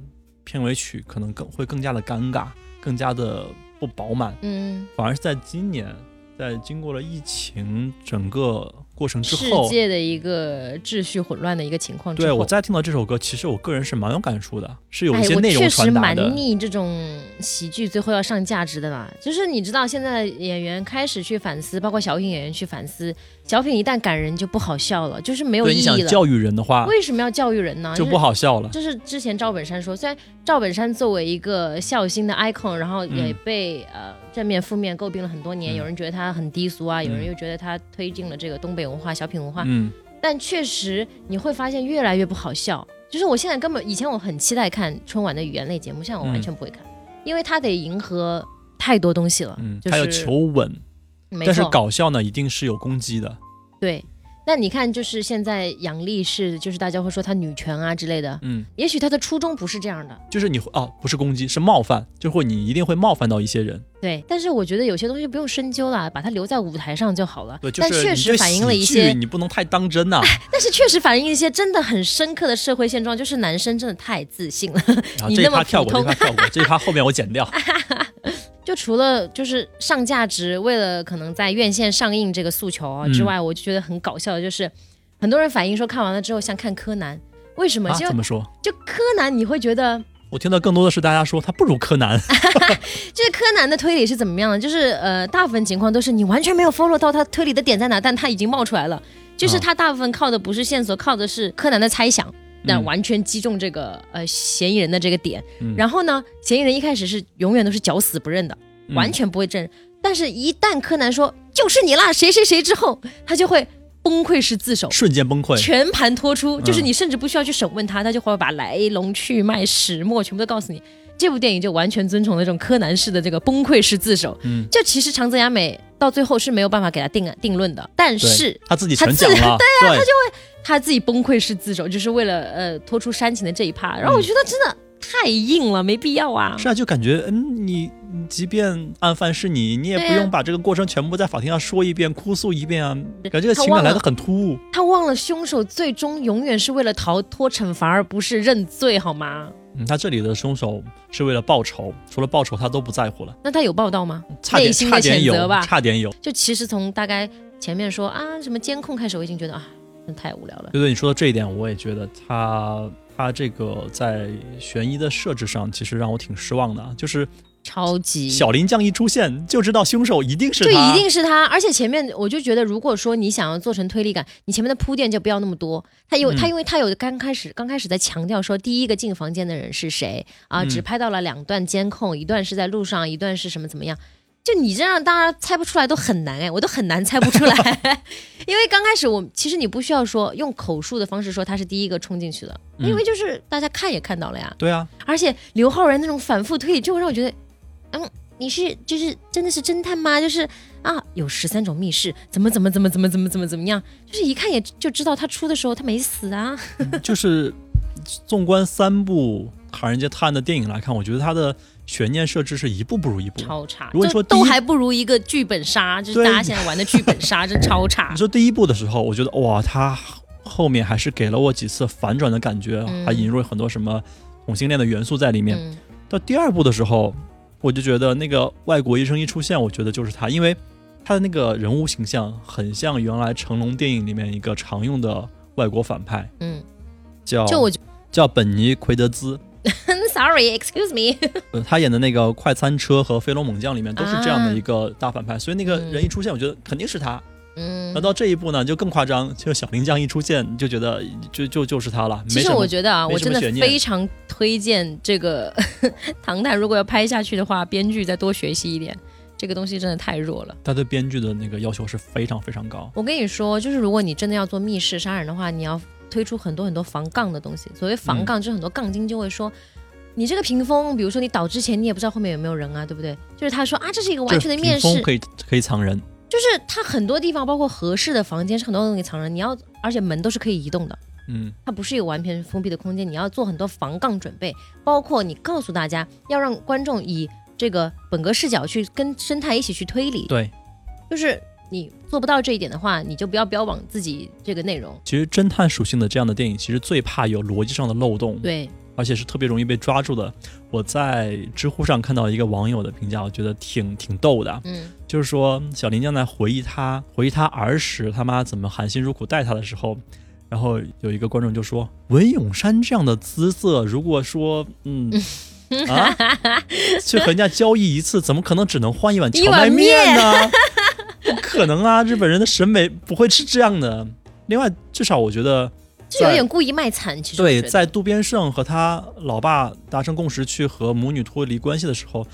Speaker 1: 片尾曲可能更会更加的尴尬，更加的不饱满。
Speaker 2: 嗯，
Speaker 1: 反而是在今年，在经过了疫情整个过程之
Speaker 2: 世
Speaker 1: 后，
Speaker 2: 界的一个秩序混乱的一个情况之后，
Speaker 1: 对我再听到这首歌，其实我个人是蛮有感触的，是有
Speaker 2: 哎，
Speaker 1: 一些
Speaker 2: 我
Speaker 1: 内容
Speaker 2: 确实
Speaker 1: 传达
Speaker 2: 蛮
Speaker 1: 的。
Speaker 2: 腻这种喜剧最后要上价值的啦。就是你知道，现在演员开始去反思，包括小品演员去反思，小品一旦感人就不好笑了，就是没有
Speaker 1: 对
Speaker 2: 意
Speaker 1: 你想
Speaker 2: 义了。
Speaker 1: 教育人的话，
Speaker 2: 为什么要教育人呢？
Speaker 1: 就不。好笑了。
Speaker 2: 就是之前赵本山说，虽然赵本山作为一个孝心的 icon，然后也
Speaker 1: 嗯
Speaker 2: 被、呃正面负面诟病了很多年，
Speaker 1: 嗯
Speaker 2: 有人觉得他很低俗啊，有人
Speaker 1: 嗯
Speaker 2: 又觉得他推进了这个东北文化、小品文化，
Speaker 1: 嗯，
Speaker 2: 但确实你会发现越来越不好笑。就是我现在根本以前我很期待看春晚的语言类节目，现在我完全不会看，因为它得迎合太多东西了。
Speaker 1: 嗯，
Speaker 2: 就是
Speaker 1: 还有求稳，
Speaker 2: 没
Speaker 1: 但是
Speaker 2: 错，
Speaker 1: 搞笑呢，一定是有攻击的。
Speaker 2: 对。那你看，就是现在杨笠是，就是大家会说她女权啊之类的，
Speaker 1: 嗯，
Speaker 2: 也许她的初衷不是这样的，
Speaker 1: 就是你会啊，不是攻击，是冒犯，就会你一定会冒犯到一些人。
Speaker 2: 对。但是我觉得有些东西不用深究啦，把它留在舞台上就好了。
Speaker 1: 对，就
Speaker 2: 但
Speaker 1: 是
Speaker 2: 确
Speaker 1: 你这
Speaker 2: 实反映了一
Speaker 1: 喜
Speaker 2: 些
Speaker 1: 剧你不能太当真 呐、
Speaker 2: 但是确实反映一些真的很深刻的社会现状，就是男生真的太自信了。
Speaker 1: 然后
Speaker 2: 你
Speaker 1: 这一
Speaker 2: 那么
Speaker 1: 趴跳
Speaker 2: 普
Speaker 1: 过，这一
Speaker 2: 通
Speaker 1: 趴跳过，这一趴后面我剪掉。
Speaker 2: 就除了就是上价值，为了可能在院线上映这个诉求啊
Speaker 1: 嗯
Speaker 2: 之外，我就觉得很搞笑的就是，很多人反映说看完了之后像看柯南，为什么？
Speaker 1: 啊，
Speaker 2: 就
Speaker 1: 怎么说？
Speaker 2: 就柯南你会觉得，
Speaker 1: 我听到更多的是大家说他不如柯 南。
Speaker 2: 就是柯南的推理是怎么样的？就是呃，大部分情况都是你完全没有 follow 到他推理的点在哪，但他已经冒出来了。就是
Speaker 1: 啊
Speaker 2: 他大部分靠的不是线索，靠的是柯南的猜想，但
Speaker 1: 嗯
Speaker 2: 完全击中这个呃嫌疑人的这个点。
Speaker 1: 嗯
Speaker 2: 然后呢，嫌疑人一开始是永远都是绞死不认的。
Speaker 1: 嗯
Speaker 2: 完全不会正。但是，一旦柯南说就是你啦，谁谁谁之后，他就会崩溃式自首，
Speaker 1: 瞬间崩溃。
Speaker 2: 全盘托出，
Speaker 1: 嗯
Speaker 2: 就是你甚至不需要去审问他，他就会把来龙去脉、始末全部都告诉你。这部电影就完全遵从了这种柯南式的这个崩溃式自首。
Speaker 1: 嗯，
Speaker 2: 就其实长泽雅美到最后是没有办法给他定定论的，但
Speaker 1: 对
Speaker 2: 是
Speaker 1: 他自己
Speaker 2: 他
Speaker 1: 全
Speaker 2: 自 啊
Speaker 1: 讲了，对他就
Speaker 2: 他自己崩溃式自首，就是为了呃拖出煽情的这一趴。
Speaker 1: 嗯
Speaker 2: 然后我觉得真的太硬了，没必要啊。
Speaker 1: 是啊，就感觉嗯，你你即便案犯是你，你也
Speaker 2: 对啊
Speaker 1: 不
Speaker 2: 呀
Speaker 1: 用把这个过程全部在法庭上说一遍、哭诉一遍啊，感觉这个
Speaker 2: 他
Speaker 1: 情感
Speaker 2: 忘
Speaker 1: 来
Speaker 2: 了
Speaker 1: 的很突兀。
Speaker 2: 他忘了凶手最终永远是为了逃脱惩罚，而不是认罪，好吗？
Speaker 1: 嗯，他这里的凶手是为了报仇，除了报仇他都不在乎了，
Speaker 2: 那他有报道吗？
Speaker 1: 差点
Speaker 2: 内心的
Speaker 1: 差点
Speaker 2: 谴责
Speaker 1: 有，
Speaker 2: 吧
Speaker 1: 差点有。
Speaker 2: 就其实从大概前面说啊什么监控开始，我已经觉得啊，真的太无聊了。
Speaker 1: 对对，你说的这一点，我也觉得他他这个在悬疑的设置上，其实让我挺失望的啊，就是
Speaker 2: 超级
Speaker 1: 小林将一出现就知道凶手一定是
Speaker 2: 就
Speaker 1: 他，
Speaker 2: 一定是他，而且前面我就觉得，如果说你想要做成推理感，你前面的铺垫就不要那么多。他有、
Speaker 1: 嗯
Speaker 2: 他，因为他有刚开始刚开始在强调说，第一个进房间的人是谁啊，
Speaker 1: 嗯
Speaker 2: 只拍到了两段监控，一段是在路上，一段是什么怎么样。就你这样，大家猜不出来都很难哎，我都很难猜不出来， 因为刚开始我其实你不需要说用口述的方式说他是第一个冲进去的，
Speaker 1: 嗯
Speaker 2: 因为就是大家看也看到了呀，
Speaker 1: 对啊，
Speaker 2: 而且刘昊然那种反复推理，就会让我觉得，嗯，你是就是真的是侦探吗？就是啊，有十三种密室，怎么怎么怎么怎么怎么怎么怎么样，就是一看也就知道他出的时候他没死啊。
Speaker 1: 就是纵观三部《唐人街探案》的电影来看，我觉得他的悬念设置是一步不如一步。
Speaker 2: 超差。
Speaker 1: 如果你说
Speaker 2: 就
Speaker 1: 第
Speaker 2: 都
Speaker 1: 一
Speaker 2: 还不如一个剧本杀，就是
Speaker 1: 对
Speaker 2: 大家现在玩的剧本杀，真超差
Speaker 1: 你。说第一部的时候，我觉得哇，他后面还是给了我几次反转的感觉，啊
Speaker 2: 嗯
Speaker 1: 还引入了很多什么同性恋的元素在里面。
Speaker 2: 嗯，
Speaker 1: 到第二部的时候，我就觉得那个外国医生一出现，我觉得就是他，因为他的那个人物形象很像原来成龙电影里面一个常用的外国反派，
Speaker 2: 嗯，
Speaker 1: 叫
Speaker 2: 就我觉
Speaker 1: 叫本尼奎德兹，
Speaker 2: 得 sorry，excuse me，
Speaker 1: 呃他演的那个《快餐车》和《飞龙猛将》里面都是这样的
Speaker 2: 啊
Speaker 1: 一个大反派，所以那个人一出现，我觉得肯定是他。
Speaker 2: 嗯
Speaker 1: 那、，到这一步呢，就更夸张，就小林将一出现，你就觉得就就就是他了，
Speaker 2: 其
Speaker 1: 没
Speaker 2: 实
Speaker 1: 什么
Speaker 2: 我。觉得啊，
Speaker 1: 没
Speaker 2: 我
Speaker 1: 什
Speaker 2: 真
Speaker 1: 么
Speaker 2: 的
Speaker 1: 悬念
Speaker 2: 非常推荐这个 唐探，如果要拍下去的话，编剧再多学习一点，这个东西真的太弱了。
Speaker 1: 他对编剧的那个要求是非常非常高。
Speaker 2: 我跟你说，就是如果你真的要做密室杀人的话，你要推出很多很多防杠的东西。所谓
Speaker 1: 嗯
Speaker 2: 防杠，就是很多杠精就会说。你这个屏风，比如说你倒之前，你也不知道后面有没有人啊，对不对？就是他说啊，这是一个完全的
Speaker 1: 这
Speaker 2: 面
Speaker 1: 屏
Speaker 2: 试，
Speaker 1: 风可以可以藏人，
Speaker 2: 就是他很多地方，包括合适的房间是很多东西藏人，你要而且门都是可以移动的，
Speaker 1: 嗯
Speaker 2: 它不是一个完全封闭的空间，你要做很多防杠准备，包括你告诉大家要让观众以这个本格视角去跟生态一起去推理，
Speaker 1: 对。
Speaker 2: 就是你做不到这一点的话，你就不要标榜自己这个内容。
Speaker 1: 其实侦探属性的这样的电影，其实最怕有逻辑上的漏洞，
Speaker 2: 对，
Speaker 1: 而且是特别容易被抓住的。我在知乎上看到一个网友的评价，我觉得挺挺逗的，
Speaker 2: 嗯，
Speaker 1: 就是说小林将在回忆他回忆他儿时他妈怎么含辛茹苦带他的时候，然后有一个观众就说：“文咏珊这样的姿色，如果说 嗯。”啊，去和人家交易一次，怎么可能只能换一碗
Speaker 2: 一
Speaker 1: 荞麦
Speaker 2: 碗
Speaker 1: 面呢？不可能啊！日本人的审美不会是这样的。另外，至少我觉得
Speaker 2: 就有点故意卖惨，其实我
Speaker 1: 对，
Speaker 2: 觉得
Speaker 1: 在渡边胜和他老爸达成共识去和母女脱离关系的时候，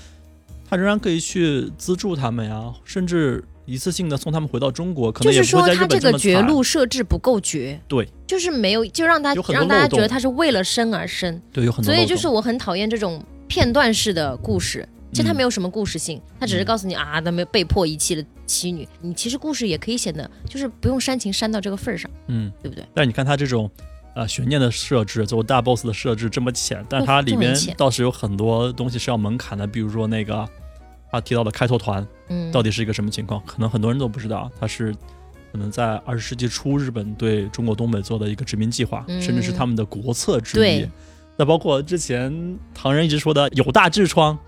Speaker 1: 他仍然可以去资助他们呀，甚至一次性的送他们回到中国，可
Speaker 2: 就
Speaker 1: 能也
Speaker 2: 是
Speaker 1: 不会在
Speaker 2: 说他
Speaker 1: 日
Speaker 2: 这
Speaker 1: 本
Speaker 2: 个
Speaker 1: 么
Speaker 2: 绝
Speaker 1: 惨。
Speaker 2: 路设置不够绝，
Speaker 1: 对，
Speaker 2: 就是没有就让他
Speaker 1: 有很多
Speaker 2: 让大家
Speaker 1: 漏洞
Speaker 2: 觉得他是为了生而生，
Speaker 1: 对，有很多
Speaker 2: 所
Speaker 1: 漏洞。嗯
Speaker 2: 以就是我很讨厌这种片段式的故事。其实它没有什么故事性，它只是告诉你啊，他们被迫遗弃了妻女。你其实故事也可以显得就是不用煽情煽到这个份儿上，
Speaker 1: 嗯，
Speaker 2: 对不对？
Speaker 1: 但你看他这种。呃，悬念的设置，做大 boss 的设置这么浅，但
Speaker 2: 不
Speaker 1: 它里
Speaker 2: 哦这么
Speaker 1: 面
Speaker 2: 浅
Speaker 1: 倒是有很多东西是要门槛的，比如说那个他提到的开拓团
Speaker 2: 嗯，
Speaker 1: 到底是一个什么情况，可能很多人都不知道，它是可能在二十世纪初日本对中国东北做的一个殖民计划，
Speaker 2: 嗯
Speaker 1: 甚至是他们的国策之一
Speaker 2: 对。
Speaker 1: 那包括之前唐人一直说的有大痔疮，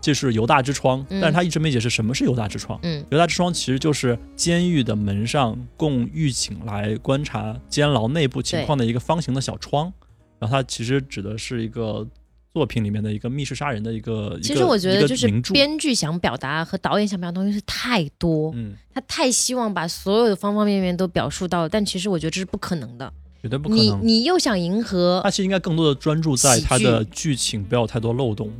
Speaker 1: 就是犹大之疮，
Speaker 2: 嗯
Speaker 1: 但是他一直没解释什么是犹大之疮。
Speaker 2: 嗯
Speaker 1: 犹大之窗其实就是监狱的门上供狱警来观察监牢内部情况的一个方形的小窗，然后它其实指的是一个作品里面的一个密室杀人的一个。
Speaker 2: 其
Speaker 1: 一
Speaker 2: 实
Speaker 1: 个
Speaker 2: 我觉得就
Speaker 1: 一个
Speaker 2: 是
Speaker 1: 名著
Speaker 2: 编剧想表达和导演想表达的东西是太多，
Speaker 1: 嗯，
Speaker 2: 他太希望把所有的方方面面都表述到了，但其实我觉得这是不可能的。
Speaker 1: 绝对不可
Speaker 2: 你
Speaker 1: 能。啊
Speaker 2: 你又想迎合
Speaker 1: 它，其实应该更多的专注在它的剧情，不要有太多漏洞，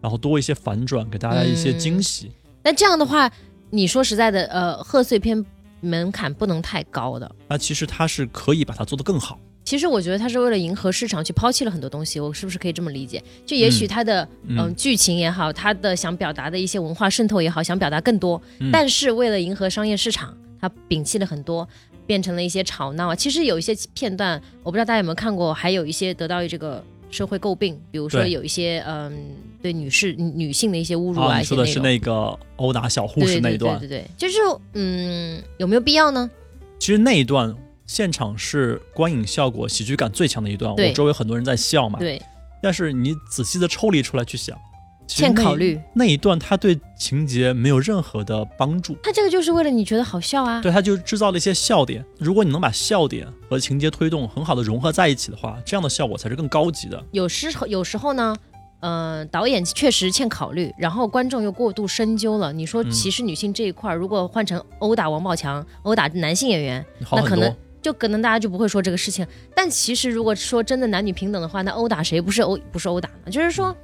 Speaker 1: 然后多一些反转，给大家一些惊喜。
Speaker 2: 那这样的话，你说实在的，呃，贺岁片门槛不能太高的。
Speaker 1: 那其实它是可以把它做得更好。
Speaker 2: 其实我觉得他是为了迎合市场去抛弃了很多东西，我是不是可以这么理解？就也许他的嗯、
Speaker 1: 嗯
Speaker 2: 剧情也好，他的想表达的一些文化渗透也好，想表达更多，
Speaker 1: 嗯
Speaker 2: 但是为了迎合商业市场，他摒弃了很多，变成了一些吵闹啊。其实有一些片段，我不知道大家有没有看过，还有一些得到这个社会诟病，比如说
Speaker 1: 对
Speaker 2: 有一些嗯、对女士女性的一些侮辱
Speaker 1: 啊，
Speaker 2: 啊，
Speaker 1: 你
Speaker 2: 一些
Speaker 1: 说的
Speaker 2: 内容。
Speaker 1: 是那个殴打小护士那一段，
Speaker 2: 对对对对对，就是嗯，有没有必要呢？
Speaker 1: 其实那一段现场是观影效果、喜剧感最强的一段，
Speaker 2: 对
Speaker 1: 我周围很多人在笑嘛。
Speaker 2: 对，
Speaker 1: 但是你仔细的抽离出来去想，其实
Speaker 2: 欠
Speaker 1: 那
Speaker 2: 考虑。
Speaker 1: 那一段，它对情节没有任何的帮助，
Speaker 2: 他这个就是为了你觉得好笑啊。
Speaker 1: 对，它就制造了一些笑点。如果你能把笑点和情节推动很好的融合在一起的话，这样的效果才是更高级的。
Speaker 2: 有时候有时候呢，呃，导演确实欠考虑，然后观众又过度深究了。你说
Speaker 1: 嗯
Speaker 2: 歧视女性这一块儿，如果换成殴打王宝强、殴打男性演员，
Speaker 1: 你好
Speaker 2: 那
Speaker 1: 很
Speaker 2: 可能
Speaker 1: 多，
Speaker 2: 就可能大家就不会说这个事情。但其实如果说真的男女平等的话，那殴打谁不是殴不是殴打呢？就是说，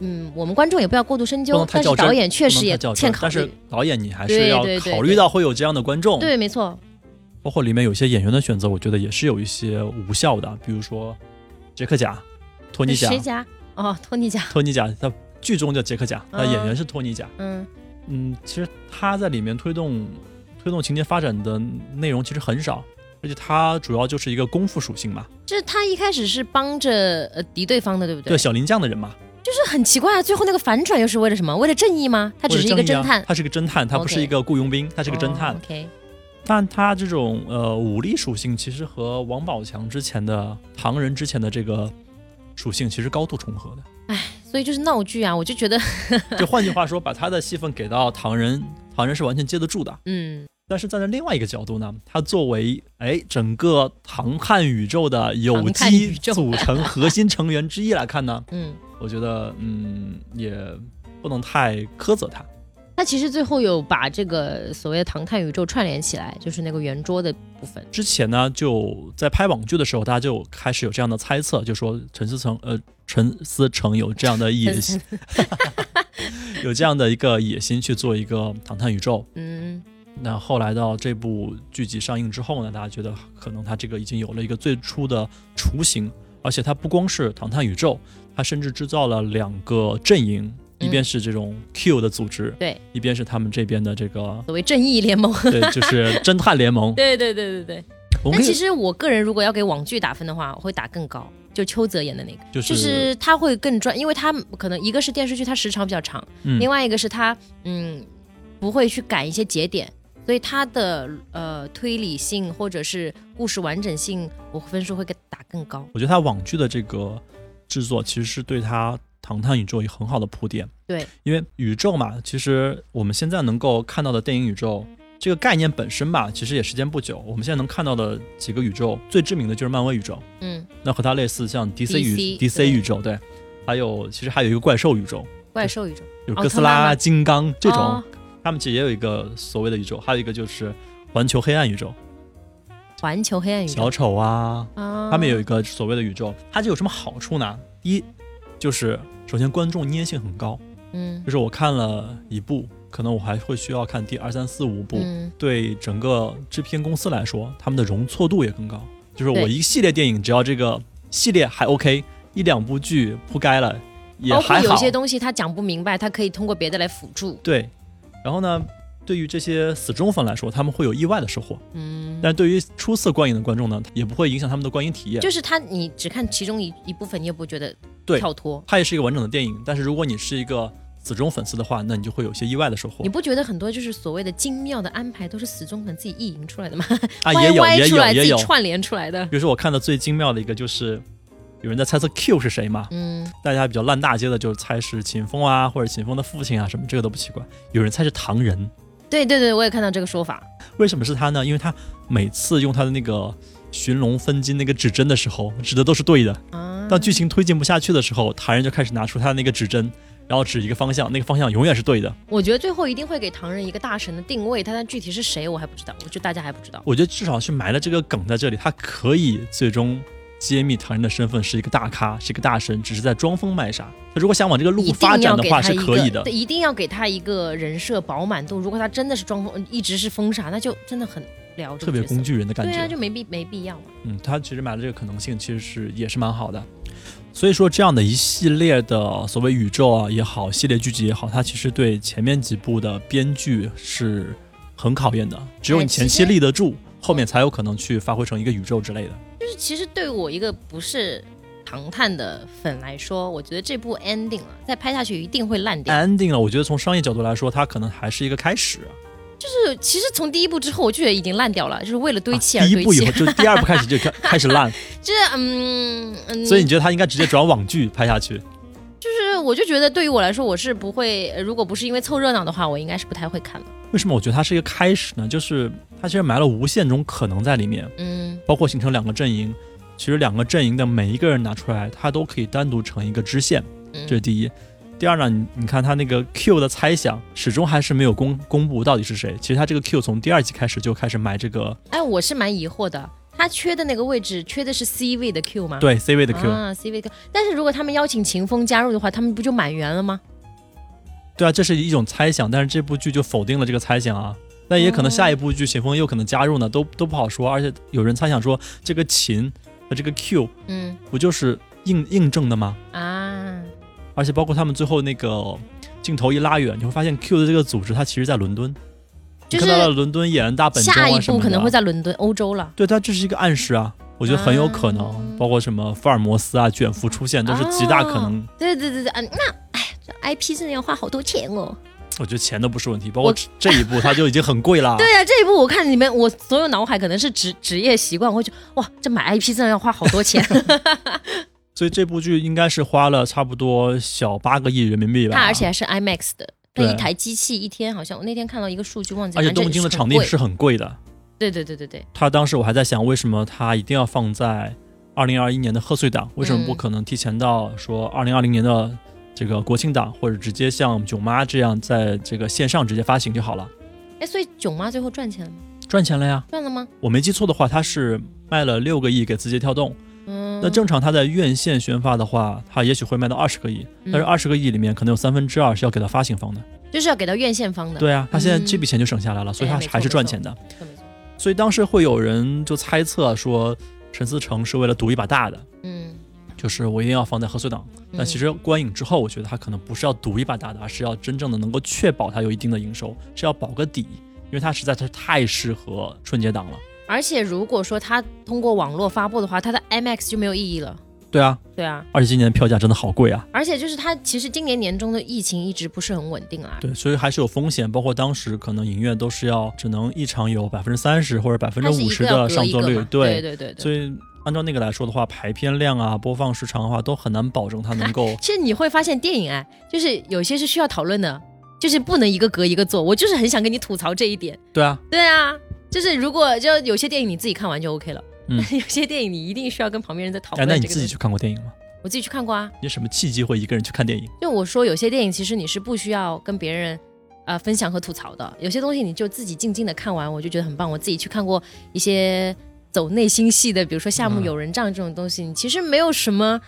Speaker 2: 嗯，我们观众也不要过度深
Speaker 1: 不
Speaker 2: 究
Speaker 1: 能，太
Speaker 2: 但是
Speaker 1: 较真
Speaker 2: 导演确
Speaker 1: 不
Speaker 2: 实
Speaker 1: 能
Speaker 2: 也
Speaker 1: 太较
Speaker 2: 欠
Speaker 1: 真
Speaker 2: 考
Speaker 1: 但是
Speaker 2: 虑。
Speaker 1: 导演你还是
Speaker 2: 对
Speaker 1: 要
Speaker 2: 对对
Speaker 1: 考虑到会有这样的观众，
Speaker 2: 对，没错，
Speaker 1: 包括里面有些演员的选择，我觉得也是有一些无效的，比如说杰克贾、托尼贾、
Speaker 2: 谁家？哦，托尼家，
Speaker 1: 托尼贾，他剧中叫杰克贾，那
Speaker 2: 嗯
Speaker 1: 演员是托尼贾。
Speaker 2: 嗯，
Speaker 1: 嗯，其实他在里面推动推动情节发展的内容其实很少，而且他主要就是一个功夫属性嘛，
Speaker 2: 就是他一开始是帮着呃敌对方的，对不
Speaker 1: 对小林将的人嘛，
Speaker 2: 就是很奇怪啊，最后那个反转又是为了什么？为了正义吗？他
Speaker 1: 他
Speaker 2: 只是一个侦探，
Speaker 1: 啊他是个侦探，他不是
Speaker 2: OK 哦
Speaker 1: 一个雇佣兵，他
Speaker 2: 他
Speaker 1: 是个侦探。
Speaker 2: OK，
Speaker 1: 但他这种呃武力属性其实和王宝强之前的唐人之前的这个属性其实高度重合 的。
Speaker 2: 所以就是闹剧啊，我就觉得，
Speaker 1: 就换句话说，把他的戏份给到唐人，唐人是完全接得住的。
Speaker 2: 嗯，
Speaker 1: 但是站在另外一个角度呢，它作为哎整个唐汉宇宙的有
Speaker 2: 唐汉
Speaker 1: 机
Speaker 2: 宇宙
Speaker 1: 组成核心成员之一来看呢，
Speaker 2: 嗯，
Speaker 1: 我觉得嗯也不能太苛责他。
Speaker 2: 他其实最后有把这个所谓的唐探宇宙串联起来，就是那个圆桌的部分。
Speaker 1: 之前呢，就在拍网剧的时候，大家就开始有这样的猜测，就说陈思诚呃陈思诚有这样的 野心， 有这样的一个野心去做一个唐探宇宙。
Speaker 2: 嗯，
Speaker 1: 那后来到这部剧集上映之后呢，大家觉得可能它这个已经有了一个最初的雏形，而且它不光是《唐探宇宙》，它甚至制造了两个阵营，
Speaker 2: 嗯
Speaker 1: 一边是这种 Q 的组织，
Speaker 2: 对，
Speaker 1: 一边是他们这边的这个
Speaker 2: 所谓正义联盟。
Speaker 1: 对，就是侦探联盟。
Speaker 2: 对对对对对，
Speaker 1: 我们
Speaker 2: 但
Speaker 1: 可
Speaker 2: 其
Speaker 1: 以
Speaker 2: 实我个人如果要给网剧打分的话，我会打更高，就邱泽演的那个，
Speaker 1: 就是
Speaker 2: 就是他会更专，因为他可能一个是电视剧它时长比较长，
Speaker 1: 嗯
Speaker 2: 另外一个是他嗯不会去赶一些节点，所以他的呃推理性或者是故事完整性，我分数会给打更高。
Speaker 1: 我觉得他网剧的这个制作其实是对他《唐探宇宙》有很好的铺垫。
Speaker 2: 对，
Speaker 1: 因为宇宙嘛，其实我们现在能够看到的电影宇宙这个概念本身吧，其实也时间不久。我们现在能看到的几个宇宙，最知名的就是漫威宇宙，
Speaker 2: 嗯，
Speaker 1: 那和它类似，像 DC 宇
Speaker 2: DC
Speaker 1: DC
Speaker 2: 对
Speaker 1: 宇宙，对，还有其实还有一个怪兽宇宙，
Speaker 2: 怪兽宇宙
Speaker 1: 有
Speaker 2: 奥
Speaker 1: 哥斯
Speaker 2: 特曼
Speaker 1: 拉、
Speaker 2: 吗
Speaker 1: 金刚这种，
Speaker 2: 哦
Speaker 1: 他们其实也有一个所谓的宇宙，还有一个就是环球黑暗宇宙，
Speaker 2: 环球黑暗宇宙
Speaker 1: 小，丑啊，
Speaker 2: 啊
Speaker 1: 他们有一个所谓的宇宙，它就有什么好处呢？一就是首先观众粘性很高，
Speaker 2: 嗯
Speaker 1: 就是我看了一部，可能我还会需要看第二三四五部。
Speaker 2: 嗯
Speaker 1: 对整个制片公司来说，他们的容错度也更高。就是我
Speaker 2: 对
Speaker 1: 一系列电影，只要这个系列还 OK，一两部剧铺盖了也
Speaker 2: 包括
Speaker 1: 还
Speaker 2: 有
Speaker 1: 好。
Speaker 2: 些东西他讲不明白，他可以通过别的来辅助。
Speaker 1: 对，然后呢，对于这些死忠粉来说，他们会有意外的收获；
Speaker 2: 嗯，
Speaker 1: 但对于初次观影的观众呢，也不会影响他们的观影体验。
Speaker 2: 就是他，你只看其中一一部分，你也不觉得
Speaker 1: 对
Speaker 2: 跳脱。
Speaker 1: 它也是一个完整的电影，但是如果你是一个死忠粉丝的话，那你就会有些意外的收获
Speaker 2: 你不觉得很多就是所谓的精妙的安排都是死忠粉自己意淫出来的吗？
Speaker 1: 啊，
Speaker 2: 歪
Speaker 1: 也有
Speaker 2: 歪
Speaker 1: 也
Speaker 2: 出
Speaker 1: 有
Speaker 2: 来
Speaker 1: 也
Speaker 2: 自己
Speaker 1: 有。
Speaker 2: 串联出来的。
Speaker 1: 比如说我看的最精妙的一个就是，有人在猜测 Q 是谁嘛，
Speaker 2: 嗯，
Speaker 1: 大家比较烂大街的就猜是秦风啊，或者秦风的父亲啊什么，这个都不奇怪。有人猜是唐人，
Speaker 2: 对对对，我也看到这个说法。
Speaker 1: 为什么是他呢？因为他每次用他的那个寻龙分金那个指针的时候，指的都是对的。
Speaker 2: 啊，
Speaker 1: 当剧情推进不下去的时候，唐人就开始拿出他的那个指针，然后指一个方向，那个方向永远是对的。
Speaker 2: 我觉得最后一定会给唐人一个大神的定位，但他具体是谁我还不知道，我觉得大家还不知道。
Speaker 1: 我觉得至少是埋了这个梗在这里，他可以最终揭秘唐人的身份是一个大咖，是一个大神，只是在装疯卖傻。他如果想往这个路
Speaker 2: 一
Speaker 1: 发
Speaker 2: 定要
Speaker 1: 展的
Speaker 2: 给
Speaker 1: 话
Speaker 2: 他
Speaker 1: 是
Speaker 2: 一
Speaker 1: 可以
Speaker 2: 个，
Speaker 1: 的
Speaker 2: 对，。一定要给他一个人设饱满度。如果他真的是装疯，一直是疯傻，那就真的很聊这
Speaker 1: 特
Speaker 2: 个
Speaker 1: 别
Speaker 2: 角色
Speaker 1: 工具人的感
Speaker 2: 对啊，
Speaker 1: 觉，
Speaker 2: 就没必没必要嘛。
Speaker 1: 嗯，他其实埋了这个可能性，其实是也是蛮好的。所以说，这样的一系列的所谓宇宙啊也好，系列剧集也好，它其实对前面几部的编剧是很考验的。只有
Speaker 2: 哎
Speaker 1: 你前
Speaker 2: 其
Speaker 1: 期
Speaker 2: 实
Speaker 1: 立得住，后面才有可能去发挥成一个宇宙之类的。
Speaker 2: 就是其实对我一个不是唐探的粉来说，我觉得这部 ending 啊，再拍下去一定会烂掉。
Speaker 1: ending 了，我觉得从商业角度来说，它可能还是一个开始。
Speaker 2: 就是其实从第一部之后，我就觉得已经烂掉了，就是为了堆砌而
Speaker 1: 啊第
Speaker 2: 堆
Speaker 1: 一部以
Speaker 2: 砌。
Speaker 1: 后就第二部开始就开开始烂，
Speaker 2: 就是嗯嗯，
Speaker 1: 所以你觉得他应该直接转网剧拍下去？
Speaker 2: 就是我就觉得对于我来说，我是不会，呃如果不是因为凑热闹的话，我应该是不太会看了。
Speaker 1: 为什么我觉得它是一个开始呢？就是它其实埋了无限种可能在里面，
Speaker 2: 嗯，
Speaker 1: 包括形成两个阵营。其实两个阵营的每一个人拿出来，它都可以单独成一个支线，
Speaker 2: 嗯
Speaker 1: 这是第一。第二呢，你你看他那个 Q 的猜想，始终还是没有公公布到底是谁。其实他这个 Q 从第二季开始就开始埋这个
Speaker 2: 哎，我是蛮疑惑的，他缺的那个位置缺的是 C 位的 Q 吗？
Speaker 1: 对 C 位的 Q，、
Speaker 2: 啊，C 位的 Q。但是如果他们邀请秦风加入的话，他们不就满员了吗？
Speaker 1: 对啊，这是一种猜想，但是这部剧就否定了这个猜想啊。那也可能
Speaker 2: 哦
Speaker 1: 下一部剧秦风又可能加入呢，都都不好说。而且有人猜想说，这个秦和这个 Q
Speaker 2: 嗯
Speaker 1: 不就是印印证的吗？
Speaker 2: 啊，
Speaker 1: 而且包括他们最后那个镜头一拉远，你会发现 Q 的这个组织，它其实在伦敦，
Speaker 2: 就
Speaker 1: 你看到了
Speaker 2: 是
Speaker 1: 伦敦演大本钟
Speaker 2: 下
Speaker 1: 啊
Speaker 2: 一
Speaker 1: 什么
Speaker 2: 步
Speaker 1: 的。
Speaker 2: 可能会在伦敦、欧洲了。
Speaker 1: 对，它这是一个暗示啊，我觉得很有可能，
Speaker 2: 啊
Speaker 1: 包括什么福尔摩斯啊、卷福出现都是极大可能。
Speaker 2: 对对对对，嗯、那哎，这 IP 真的要花好多钱哦。
Speaker 1: 我觉得钱都不是问题，包括
Speaker 2: 我
Speaker 1: 这一部它就已经很贵 了。
Speaker 2: 对啊，这一部我看里面，我所有脑海可能是职职业习惯，我会觉得哇，这买 IP 真的要花好 多钱。
Speaker 1: 啊所以这部剧应该是花了差不多小八个亿人民币吧。
Speaker 2: 它而且还是 IMAX 的，那
Speaker 1: 对
Speaker 2: 一台机器一天好像我那天看到一个数据忘记，
Speaker 1: 而且
Speaker 2: 反正
Speaker 1: 东京的
Speaker 2: 是很
Speaker 1: 场地
Speaker 2: 贵
Speaker 1: 是很贵的。
Speaker 2: 对对对对对，
Speaker 1: 他当时我还在想，为什么他一定要放在二零二一年的贺岁档？为什么
Speaker 2: 嗯
Speaker 1: 不可能提前到说二零二零年的这个国庆档，或者直接像囧妈这样在这个线上直接发行就好了？
Speaker 2: 哎，所以囧妈最后赚钱了吗？
Speaker 1: 赚钱了呀！
Speaker 2: 赚了吗？
Speaker 1: 我没记错的话，他是卖了六个亿给字节跳动。
Speaker 2: 嗯，
Speaker 1: 那正常他在院线宣发的话，他也许会卖到二十个亿，但是
Speaker 2: 嗯
Speaker 1: 二十个亿里面可能有三分之二是要给到发行方的。
Speaker 2: 就是要给到院线方的，
Speaker 1: 对啊，他现在
Speaker 2: 嗯
Speaker 1: 这笔钱就省下来了，所以
Speaker 2: 哎
Speaker 1: 他
Speaker 2: 没错
Speaker 1: 还是
Speaker 2: 没错
Speaker 1: 赚钱的。
Speaker 2: 没错没错
Speaker 1: 所以当时会有人就猜测说，陈思诚是为了赌一把大的，
Speaker 2: 嗯，
Speaker 1: 就是我一定要放在贺岁档。但其
Speaker 2: 嗯
Speaker 1: 实观影之后，我觉得他可能不是要赌一把大的，而是要真正的能够确保他有一定的营收，是要保个底，因为他实在是太适合春节档了。
Speaker 2: 而且如果说它通过网络发布的话，它的 IMAX 就没有意义了。
Speaker 1: 对啊，
Speaker 2: 对啊，
Speaker 1: 而且今年的票价真的好贵啊。
Speaker 2: 而且就是它其实今年年中的疫情一直不是很稳定啊啦。
Speaker 1: 对，所以还是有风险，包括当时可能影院都是要只能一场有百分之三十或者百分之
Speaker 2: 它是一
Speaker 1: 五
Speaker 2: 个
Speaker 1: 十
Speaker 2: 要
Speaker 1: 的
Speaker 2: 隔
Speaker 1: 上
Speaker 2: 一
Speaker 1: 座
Speaker 2: 个
Speaker 1: 率
Speaker 2: 嘛，
Speaker 1: 对，
Speaker 2: 对对对对。
Speaker 1: 所以按照那个来说的话，排片量啊、播放时长的话，都很难保证它能 够
Speaker 2: 其实你会发现电影哎，就是有些是需要讨论的，就是不能一个隔一个做。我就是很想跟你吐槽这一点。
Speaker 1: 对啊，
Speaker 2: 对啊，就是如果就有些电影你自己看完就 OK 了，
Speaker 1: 嗯
Speaker 2: 有些电影你一定需要跟旁边人在讨
Speaker 1: 哎，
Speaker 2: 论、
Speaker 1: 那
Speaker 2: 这个
Speaker 1: 你自己去看过电影吗？
Speaker 2: 东西，我自己去看过啊。
Speaker 1: 你什么契机会一个人去看电影？
Speaker 2: 就我说，有些电影其实你是不需要跟别人呃分享和吐槽的，有些东西你就自己静静的看完，我就觉得很棒。我自己去看过一些走内心戏的，比如说《夏目
Speaker 1: 嗯
Speaker 2: 友人帐》这种东西，你其实没有什么，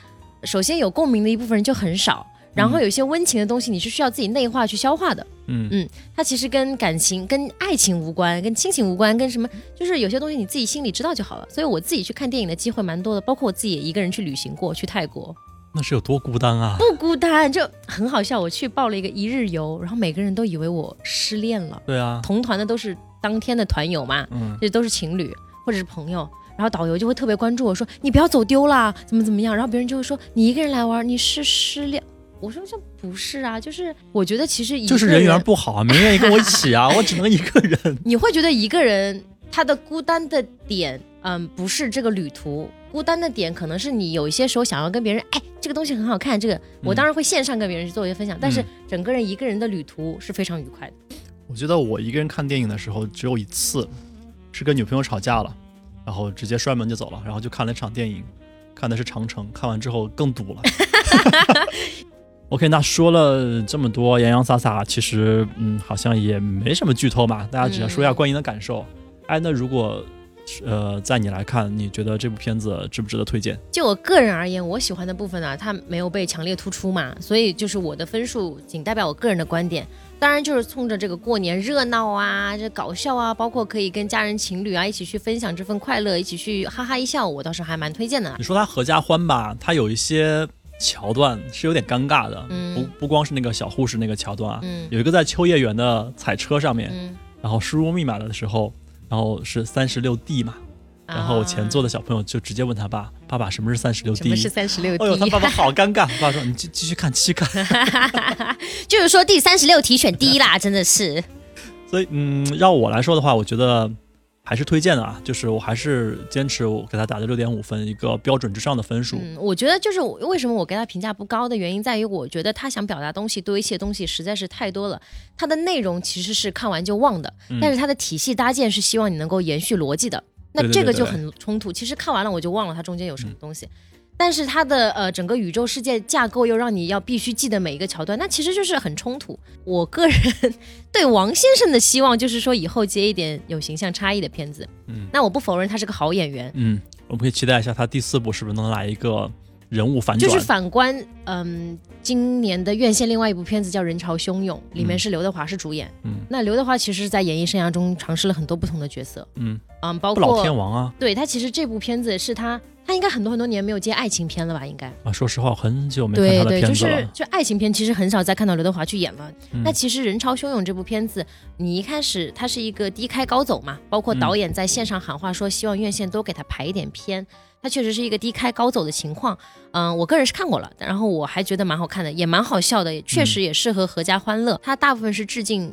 Speaker 2: 首先有共鸣的一部分人就很少，然后有一些温情的东西你是需要自己内化去消化的。
Speaker 1: 嗯
Speaker 2: 嗯它其实跟感情、跟爱情无关，跟亲情无关，跟什么，就是有些东西你自己心里知道就好了。所以我自己去看电影的机会蛮多的，包括我自己也一个人去旅行过，去泰国。
Speaker 1: 那是有多孤单啊？
Speaker 2: 不孤单，就很好笑。我去报了一个一日游，然后每个人都以为我失恋了。
Speaker 1: 对啊，
Speaker 2: 同团的都是当天的团友嘛，
Speaker 1: 嗯，
Speaker 2: 这都是情侣或者是朋友。然后导游就会特别关注我说：“你不要走丢啦，怎么怎么样。”然后别人就会说：“你一个人来玩，你是失恋。”我说：“这不是啊，就是我觉得其实一
Speaker 1: 就是
Speaker 2: 个
Speaker 1: 人缘不好啊，没人愿意跟我一起啊，我只能一个人。
Speaker 2: 你会觉得一个人他的孤单的点，嗯，不是这个旅途孤单的点，可能是你有一些时候想要跟别人，哎，这个东西很好看，这个我当然会线上跟别人去哎做一些分享，但是整个人一个人的旅途是非常愉快的。
Speaker 1: 我觉得我一个人看电影的时候只有一次，是跟女朋友吵架了，然后直接摔门就走了，然后就看了一场电影，看的是《长城》，看完之后更堵了。OK，那说了这么多洋洋洒洒，其实嗯，好像也没什么剧透嘛，大家只要说一下观影的感受。哎，那如果呃，在你来看，你觉得这部片子值不值得推荐？
Speaker 2: 就我个人而言，我喜欢的部分呢、啊它没有被强烈突出嘛，所以就是我的分数仅代表我个人的观点。当然，就是冲着这个过年热闹啊，这搞笑啊，包括可以跟家人、情侣啊一起去分享这份快乐，一起去哈哈一笑，我倒是还蛮推荐的啦。
Speaker 1: 你说它合家欢吧，它有一些桥段是有点尴尬的，
Speaker 2: 嗯
Speaker 1: 不不光是那个小护士那个桥段啊，
Speaker 2: 嗯
Speaker 1: 有一个在秋叶原的彩车上面，
Speaker 2: 嗯，
Speaker 1: 然后输入密码的时候，然后是三十六 D 嘛，然后前
Speaker 2: 啊
Speaker 1: 座的小朋友就直接问他爸，爸爸什么是三十六
Speaker 2: 什
Speaker 1: D？
Speaker 2: 么是三十六
Speaker 1: 哎呦，他
Speaker 2: 题？
Speaker 1: 爸爸好尴尬，爸爸说你继继续看，继续看。
Speaker 2: 就是说第三十六题选 D 啦，真的是。
Speaker 1: 所以嗯，要我来说的话，我觉得。还是推荐的啊，就是我还是坚持我给他打的六点五分，一个标准之上的分数。
Speaker 2: 嗯，我觉得就是我为什么我给他评价不高的原因在于，我觉得他想表达东西多一些东西实在是太多了。他的内容其实是看完就忘的，
Speaker 1: 嗯
Speaker 2: 但是他的体系搭建是希望你能够延续逻辑的。那
Speaker 1: 对对
Speaker 2: 这个
Speaker 1: 对
Speaker 2: 就
Speaker 1: 对嗯
Speaker 2: 很冲突。其实看完了我就忘了它中间有什么东西，但是它的呃整个宇宙世界架构又让你要必须记得每一个桥段，那其实就是很冲突。我个人对王先生的希望就是说以后接一点有形象差异的片子。
Speaker 1: 嗯，
Speaker 2: 那我不否认他是个好演员，
Speaker 1: 嗯，我们可以期待一下他第四部是不是能来一个人物反
Speaker 2: 就
Speaker 1: 转。
Speaker 2: 是反观，嗯，今年的院线另外一部片子叫《人潮汹涌》，里面
Speaker 1: 嗯
Speaker 2: 是刘德华是主演。
Speaker 1: 嗯
Speaker 2: 那刘德华其实，在演艺生涯中尝试了很多不同的角色，
Speaker 1: 嗯，
Speaker 2: 嗯，包
Speaker 1: 不老
Speaker 2: 括
Speaker 1: 天王啊
Speaker 2: 对他其实这部片子是他，他应该很多很多年没有接爱情片了吧？应该
Speaker 1: 啊！说实话，我很久没看
Speaker 2: 对
Speaker 1: 他的
Speaker 2: 对，
Speaker 1: 片
Speaker 2: 就
Speaker 1: 子了。
Speaker 2: 是就爱情片，其实很少再看到刘德华去演了。
Speaker 1: 嗯
Speaker 2: 那其实《人潮汹涌》这部片子，你一开始它是一个低开高走嘛，包括
Speaker 1: 嗯
Speaker 2: 导演在线上喊话说希望院线多给他排一点片，它确实是一个低开高走的情况。嗯、我个人是看过了，然后我还觉得蛮好看的，也蛮好笑的，也确
Speaker 1: 嗯
Speaker 2: 实也适合合家欢乐。它大部分是致敬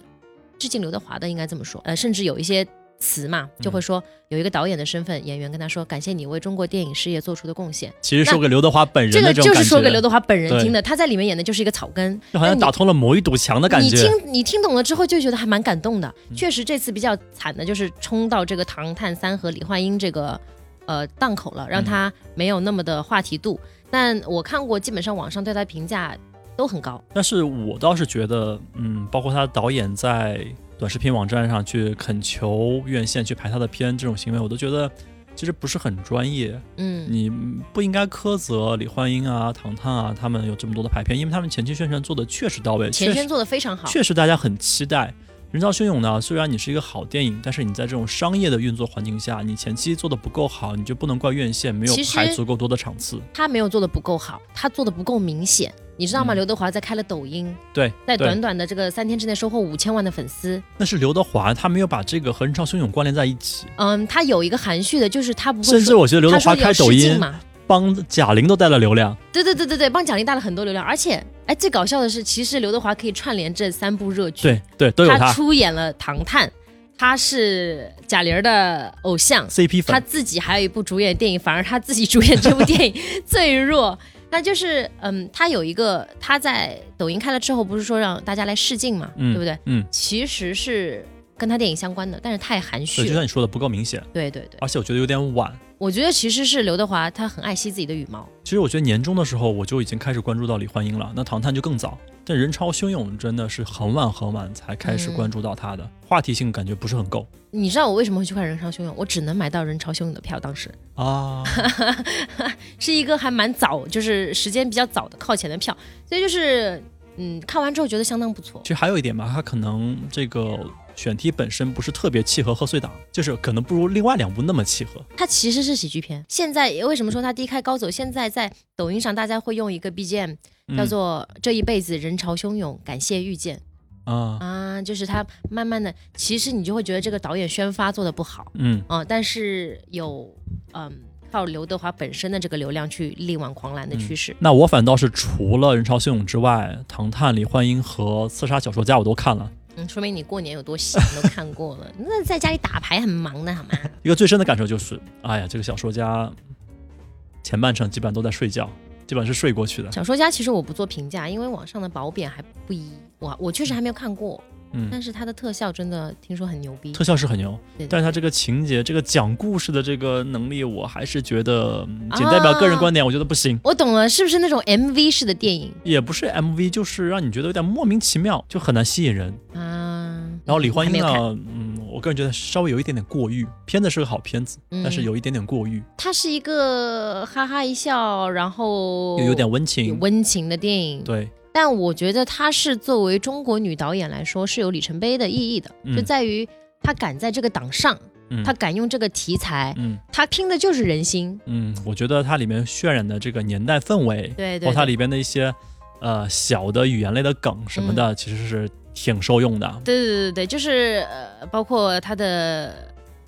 Speaker 2: 致敬刘德华的，应该这么说。呃，甚至有一些。词嘛，
Speaker 1: 嗯
Speaker 2: 就会说有一个导演的身份，演员跟他说：“感谢你为中国电影事业做出的贡献。”
Speaker 1: 其实说给刘德华本
Speaker 2: 这
Speaker 1: 人
Speaker 2: 个
Speaker 1: 的种
Speaker 2: 就
Speaker 1: 感觉，啊
Speaker 2: 是说给刘德华本人听的，他在里面演的就是一个草根，
Speaker 1: 就好像打通了某一堵墙的感
Speaker 2: 你
Speaker 1: 觉。嗯
Speaker 2: 听你听懂了之后就觉得还蛮感动的。确实这次比较惨的就是冲到这个唐探三和李焕英这个呃档口了，
Speaker 1: 嗯
Speaker 2: 让他没有那么的话题度。但我看过，基本上网上对他评价都很高。
Speaker 1: 但是我倒是觉得，嗯，包括他导演在短视频网站上去恳求院线去排他的片这种行为，我都觉得其实不是很专业。
Speaker 2: 嗯，
Speaker 1: 你不应该苛责李焕英啊、唐探啊他们有这么多的排片，因为他们前期宣传做的确实到位，
Speaker 2: 前
Speaker 1: 确实
Speaker 2: 宣做的非常好。
Speaker 1: 确实大家很期待。人潮汹涌》呢，虽然你是一个好电影，但是你在这种商业的运作环境下，你前期做的不够好，你就不能怪院线没有
Speaker 2: 其实
Speaker 1: 排足够多的场次。
Speaker 2: 他没有做的不够好，他做的不够明显，你知道吗？
Speaker 1: 嗯
Speaker 2: 刘德华在开了抖音，
Speaker 1: 对，
Speaker 2: 在
Speaker 1: 对
Speaker 2: 短短的这个三天之内收获五千万的粉丝，
Speaker 1: 那是刘德华，他没有把这个和人潮汹涌关联在一起。
Speaker 2: 嗯，他有一个含蓄的，就是他不会
Speaker 1: 甚至
Speaker 2: 说，
Speaker 1: 我觉得刘德
Speaker 2: 他
Speaker 1: 华
Speaker 2: 说要
Speaker 1: 开抖
Speaker 2: 试镜
Speaker 1: 音，
Speaker 2: 嘛，
Speaker 1: 帮贾玲都带了流量。
Speaker 2: 对对对对对，帮奖励带了很多流量，而且哎，最搞笑的是，其实刘德华可以串联这三部热剧，
Speaker 1: 对对，都有他
Speaker 2: 出演了《唐探》，他是贾玲儿的偶像，
Speaker 1: CP
Speaker 2: 他
Speaker 1: 粉。
Speaker 2: 自己还有一部主演电影，反而他自己主演这部 电影最弱。那就是，嗯，他有一个他在抖音开了之后，不是说让大家来试镜嘛，
Speaker 1: 嗯
Speaker 2: 对不对？
Speaker 1: 嗯，
Speaker 2: 其实是跟他电影相关的，但是太含蓄
Speaker 1: 对，就
Speaker 2: 了。
Speaker 1: 像你说的不够明显，
Speaker 2: 对对对，
Speaker 1: 而且我觉得有点晚。
Speaker 2: 我觉得其实是刘德华他很爱惜自己的羽毛。
Speaker 1: 其实我觉得年终的时候我就已经开始关注到李焕英了，那唐探就更早，但人潮汹涌真的是很晚很晚才开始
Speaker 2: 嗯
Speaker 1: 关注到她的，话题性感觉不是很够
Speaker 2: 你知道我为什么会去看《人潮汹涌》？我只能买到《人潮汹涌》的票，当时
Speaker 1: 啊。
Speaker 2: 是一个还蛮早，就是时间比较早的靠前的票，所以就是，嗯，看完之后觉得相当不错
Speaker 1: 其。实还有一点吧，它可能这个选题本身不是特别契合贺岁档，就是可能不如另外两部那么契合。
Speaker 2: 它其实是喜剧片。现在为什么说它低开高走？现在在抖音上，大家会用一个 BGM
Speaker 1: 嗯
Speaker 2: 叫做《这一辈子人潮汹涌，感谢遇见》
Speaker 1: 啊，
Speaker 2: 啊，就是它慢慢的，其实你就会觉得这个导演宣发做的不好
Speaker 1: 嗯，
Speaker 2: 啊，但是有嗯靠刘德华本身的这个流量去力挽狂
Speaker 1: 嗯
Speaker 2: 澜的趋势。
Speaker 1: 那我反倒是除了《人潮汹涌》之外，《唐探》李焕英和《刺杀小说家》我都看了。
Speaker 2: 嗯，说明你过年有多闲，你都看过了。 那在家里打牌很忙的好 吗？
Speaker 1: 一个最深的感受就是，哎呀，这个小说家前半程基本上都在睡觉，基本上是睡过去的。
Speaker 2: 小说家其实我不做评价，因为网上的褒贬还不一，我我确实还没有看过，
Speaker 1: 嗯，
Speaker 2: 但是它的特效真的听说很牛逼。
Speaker 1: 特效是很牛
Speaker 2: 对的，
Speaker 1: 但是他这个情节、这个讲故事的这个能力，我还是觉
Speaker 2: 啊
Speaker 1: 得，嗯仅代表个人观点，我觉得不行。
Speaker 2: 我懂了，是不是那种 MV 式的电影
Speaker 1: 也不是 MV，就是让你觉得有点莫名其妙，就很难吸引人。
Speaker 2: 啊？
Speaker 1: 然后李焕英
Speaker 2: 还没有
Speaker 1: 呢，嗯，我个人觉得稍微有一点点过誉，片子是个好片子，
Speaker 2: 嗯
Speaker 1: 但是有一点点过誉，
Speaker 2: 它是一个哈哈一笑，然后
Speaker 1: 又有点温
Speaker 2: 哦有
Speaker 1: 情。
Speaker 2: 温情的电影。
Speaker 1: 对，
Speaker 2: 但我觉得它是作为中国女导演来说是有里程碑的意义的，
Speaker 1: 嗯
Speaker 2: 就在于她敢在这个档上，
Speaker 1: 嗯
Speaker 2: 她敢用这个题材，
Speaker 1: 嗯
Speaker 2: 她拼的就是人心。
Speaker 1: 嗯，我觉得它里面渲染的这个年代氛围，
Speaker 2: 对
Speaker 1: 包
Speaker 2: 对
Speaker 1: 括它
Speaker 2: 对
Speaker 1: 里边的一些呃小的语言类的梗什么
Speaker 2: 嗯
Speaker 1: 的，其实是挺受用的。
Speaker 2: 对对对对，就是呃，包括她的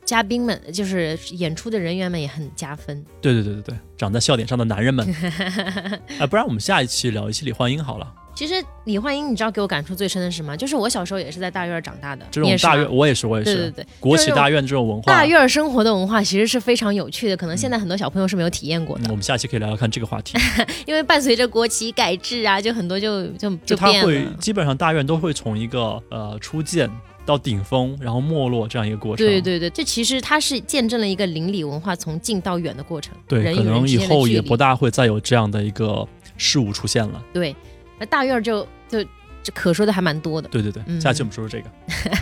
Speaker 2: 嘉宾们，就是演出的人员们也很加分。
Speaker 1: 对对对对对，长在笑点上的男 人们，哎，不然我们下一期聊一期李焕英好了。
Speaker 2: 其实李焕英，你知道给我感触最深的是什么？就是我小时候也是在大院儿长大的，
Speaker 1: 这
Speaker 2: 你
Speaker 1: 种
Speaker 2: 也是
Speaker 1: 大
Speaker 2: 吗
Speaker 1: 院，我也是，我也
Speaker 2: 对
Speaker 1: 是，
Speaker 2: 对对，
Speaker 1: 国
Speaker 2: 就是
Speaker 1: 企
Speaker 2: 这种
Speaker 1: 大院这种文化，
Speaker 2: 大院儿生活的文化其实是非常有趣的，可能现在很多小朋友是没有体验过
Speaker 1: 嗯
Speaker 2: 的，
Speaker 1: 我们下期可以聊聊看这个话 题。
Speaker 2: 因为伴随着国企改制啊，就很多就就
Speaker 1: 就
Speaker 2: 就
Speaker 1: 它
Speaker 2: 变
Speaker 1: 会
Speaker 2: 了。
Speaker 1: 基本上大院都会从一个呃初见到顶峰，然后没落这样一个过程。
Speaker 2: 对对对，这其实它是见证了一个邻里文化从近到远的过程，
Speaker 1: 对
Speaker 2: 人
Speaker 1: 可
Speaker 2: 与人
Speaker 1: 能
Speaker 2: 之
Speaker 1: 以
Speaker 2: 间的
Speaker 1: 后
Speaker 2: 距
Speaker 1: 也
Speaker 2: 离
Speaker 1: 不。大会再有这样的一个事物出现了。
Speaker 2: 对，那大院儿就就这可说的还蛮多的，
Speaker 1: 对对对，
Speaker 2: 嗯
Speaker 1: 下期我们说说这个。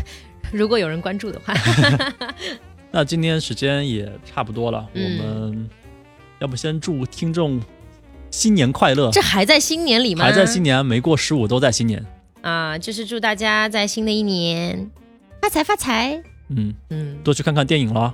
Speaker 2: 如果有人关注的 话。
Speaker 1: 那今天时间也差不多了，
Speaker 2: 嗯
Speaker 1: 我们要不先祝听众新年快乐
Speaker 2: 这，还在新年里吗？
Speaker 1: 还在新年没过十五都在新年。
Speaker 2: 啊，就是祝大家在新的一年发财发财，
Speaker 1: 嗯，
Speaker 2: 嗯。
Speaker 1: 多去看看电影啦，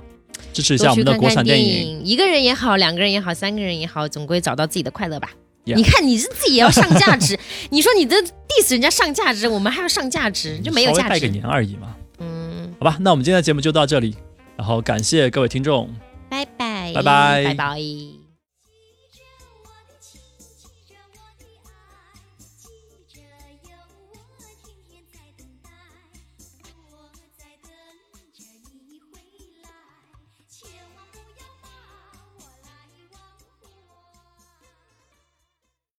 Speaker 1: 支持一
Speaker 2: 多
Speaker 1: 下我
Speaker 2: 去
Speaker 1: 们的
Speaker 2: 看
Speaker 1: 国
Speaker 2: 看
Speaker 1: 产
Speaker 2: 电
Speaker 1: 影。
Speaker 2: 一个人也好，两个人也好，三个人也好，总归找到自己的快乐吧。
Speaker 1: Yeah
Speaker 2: 你看，你是自己也要上 价值。你说你的 diss 人家上价值，我们还要上价值，就没有
Speaker 1: 稍微
Speaker 2: 价
Speaker 1: 拜个
Speaker 2: 值。
Speaker 1: 年而已嘛。
Speaker 2: 嗯，
Speaker 1: 好吧，那我们今天的节目就到这里，然后感谢各位听众。
Speaker 2: 拜拜，
Speaker 1: 拜拜
Speaker 2: 拜拜。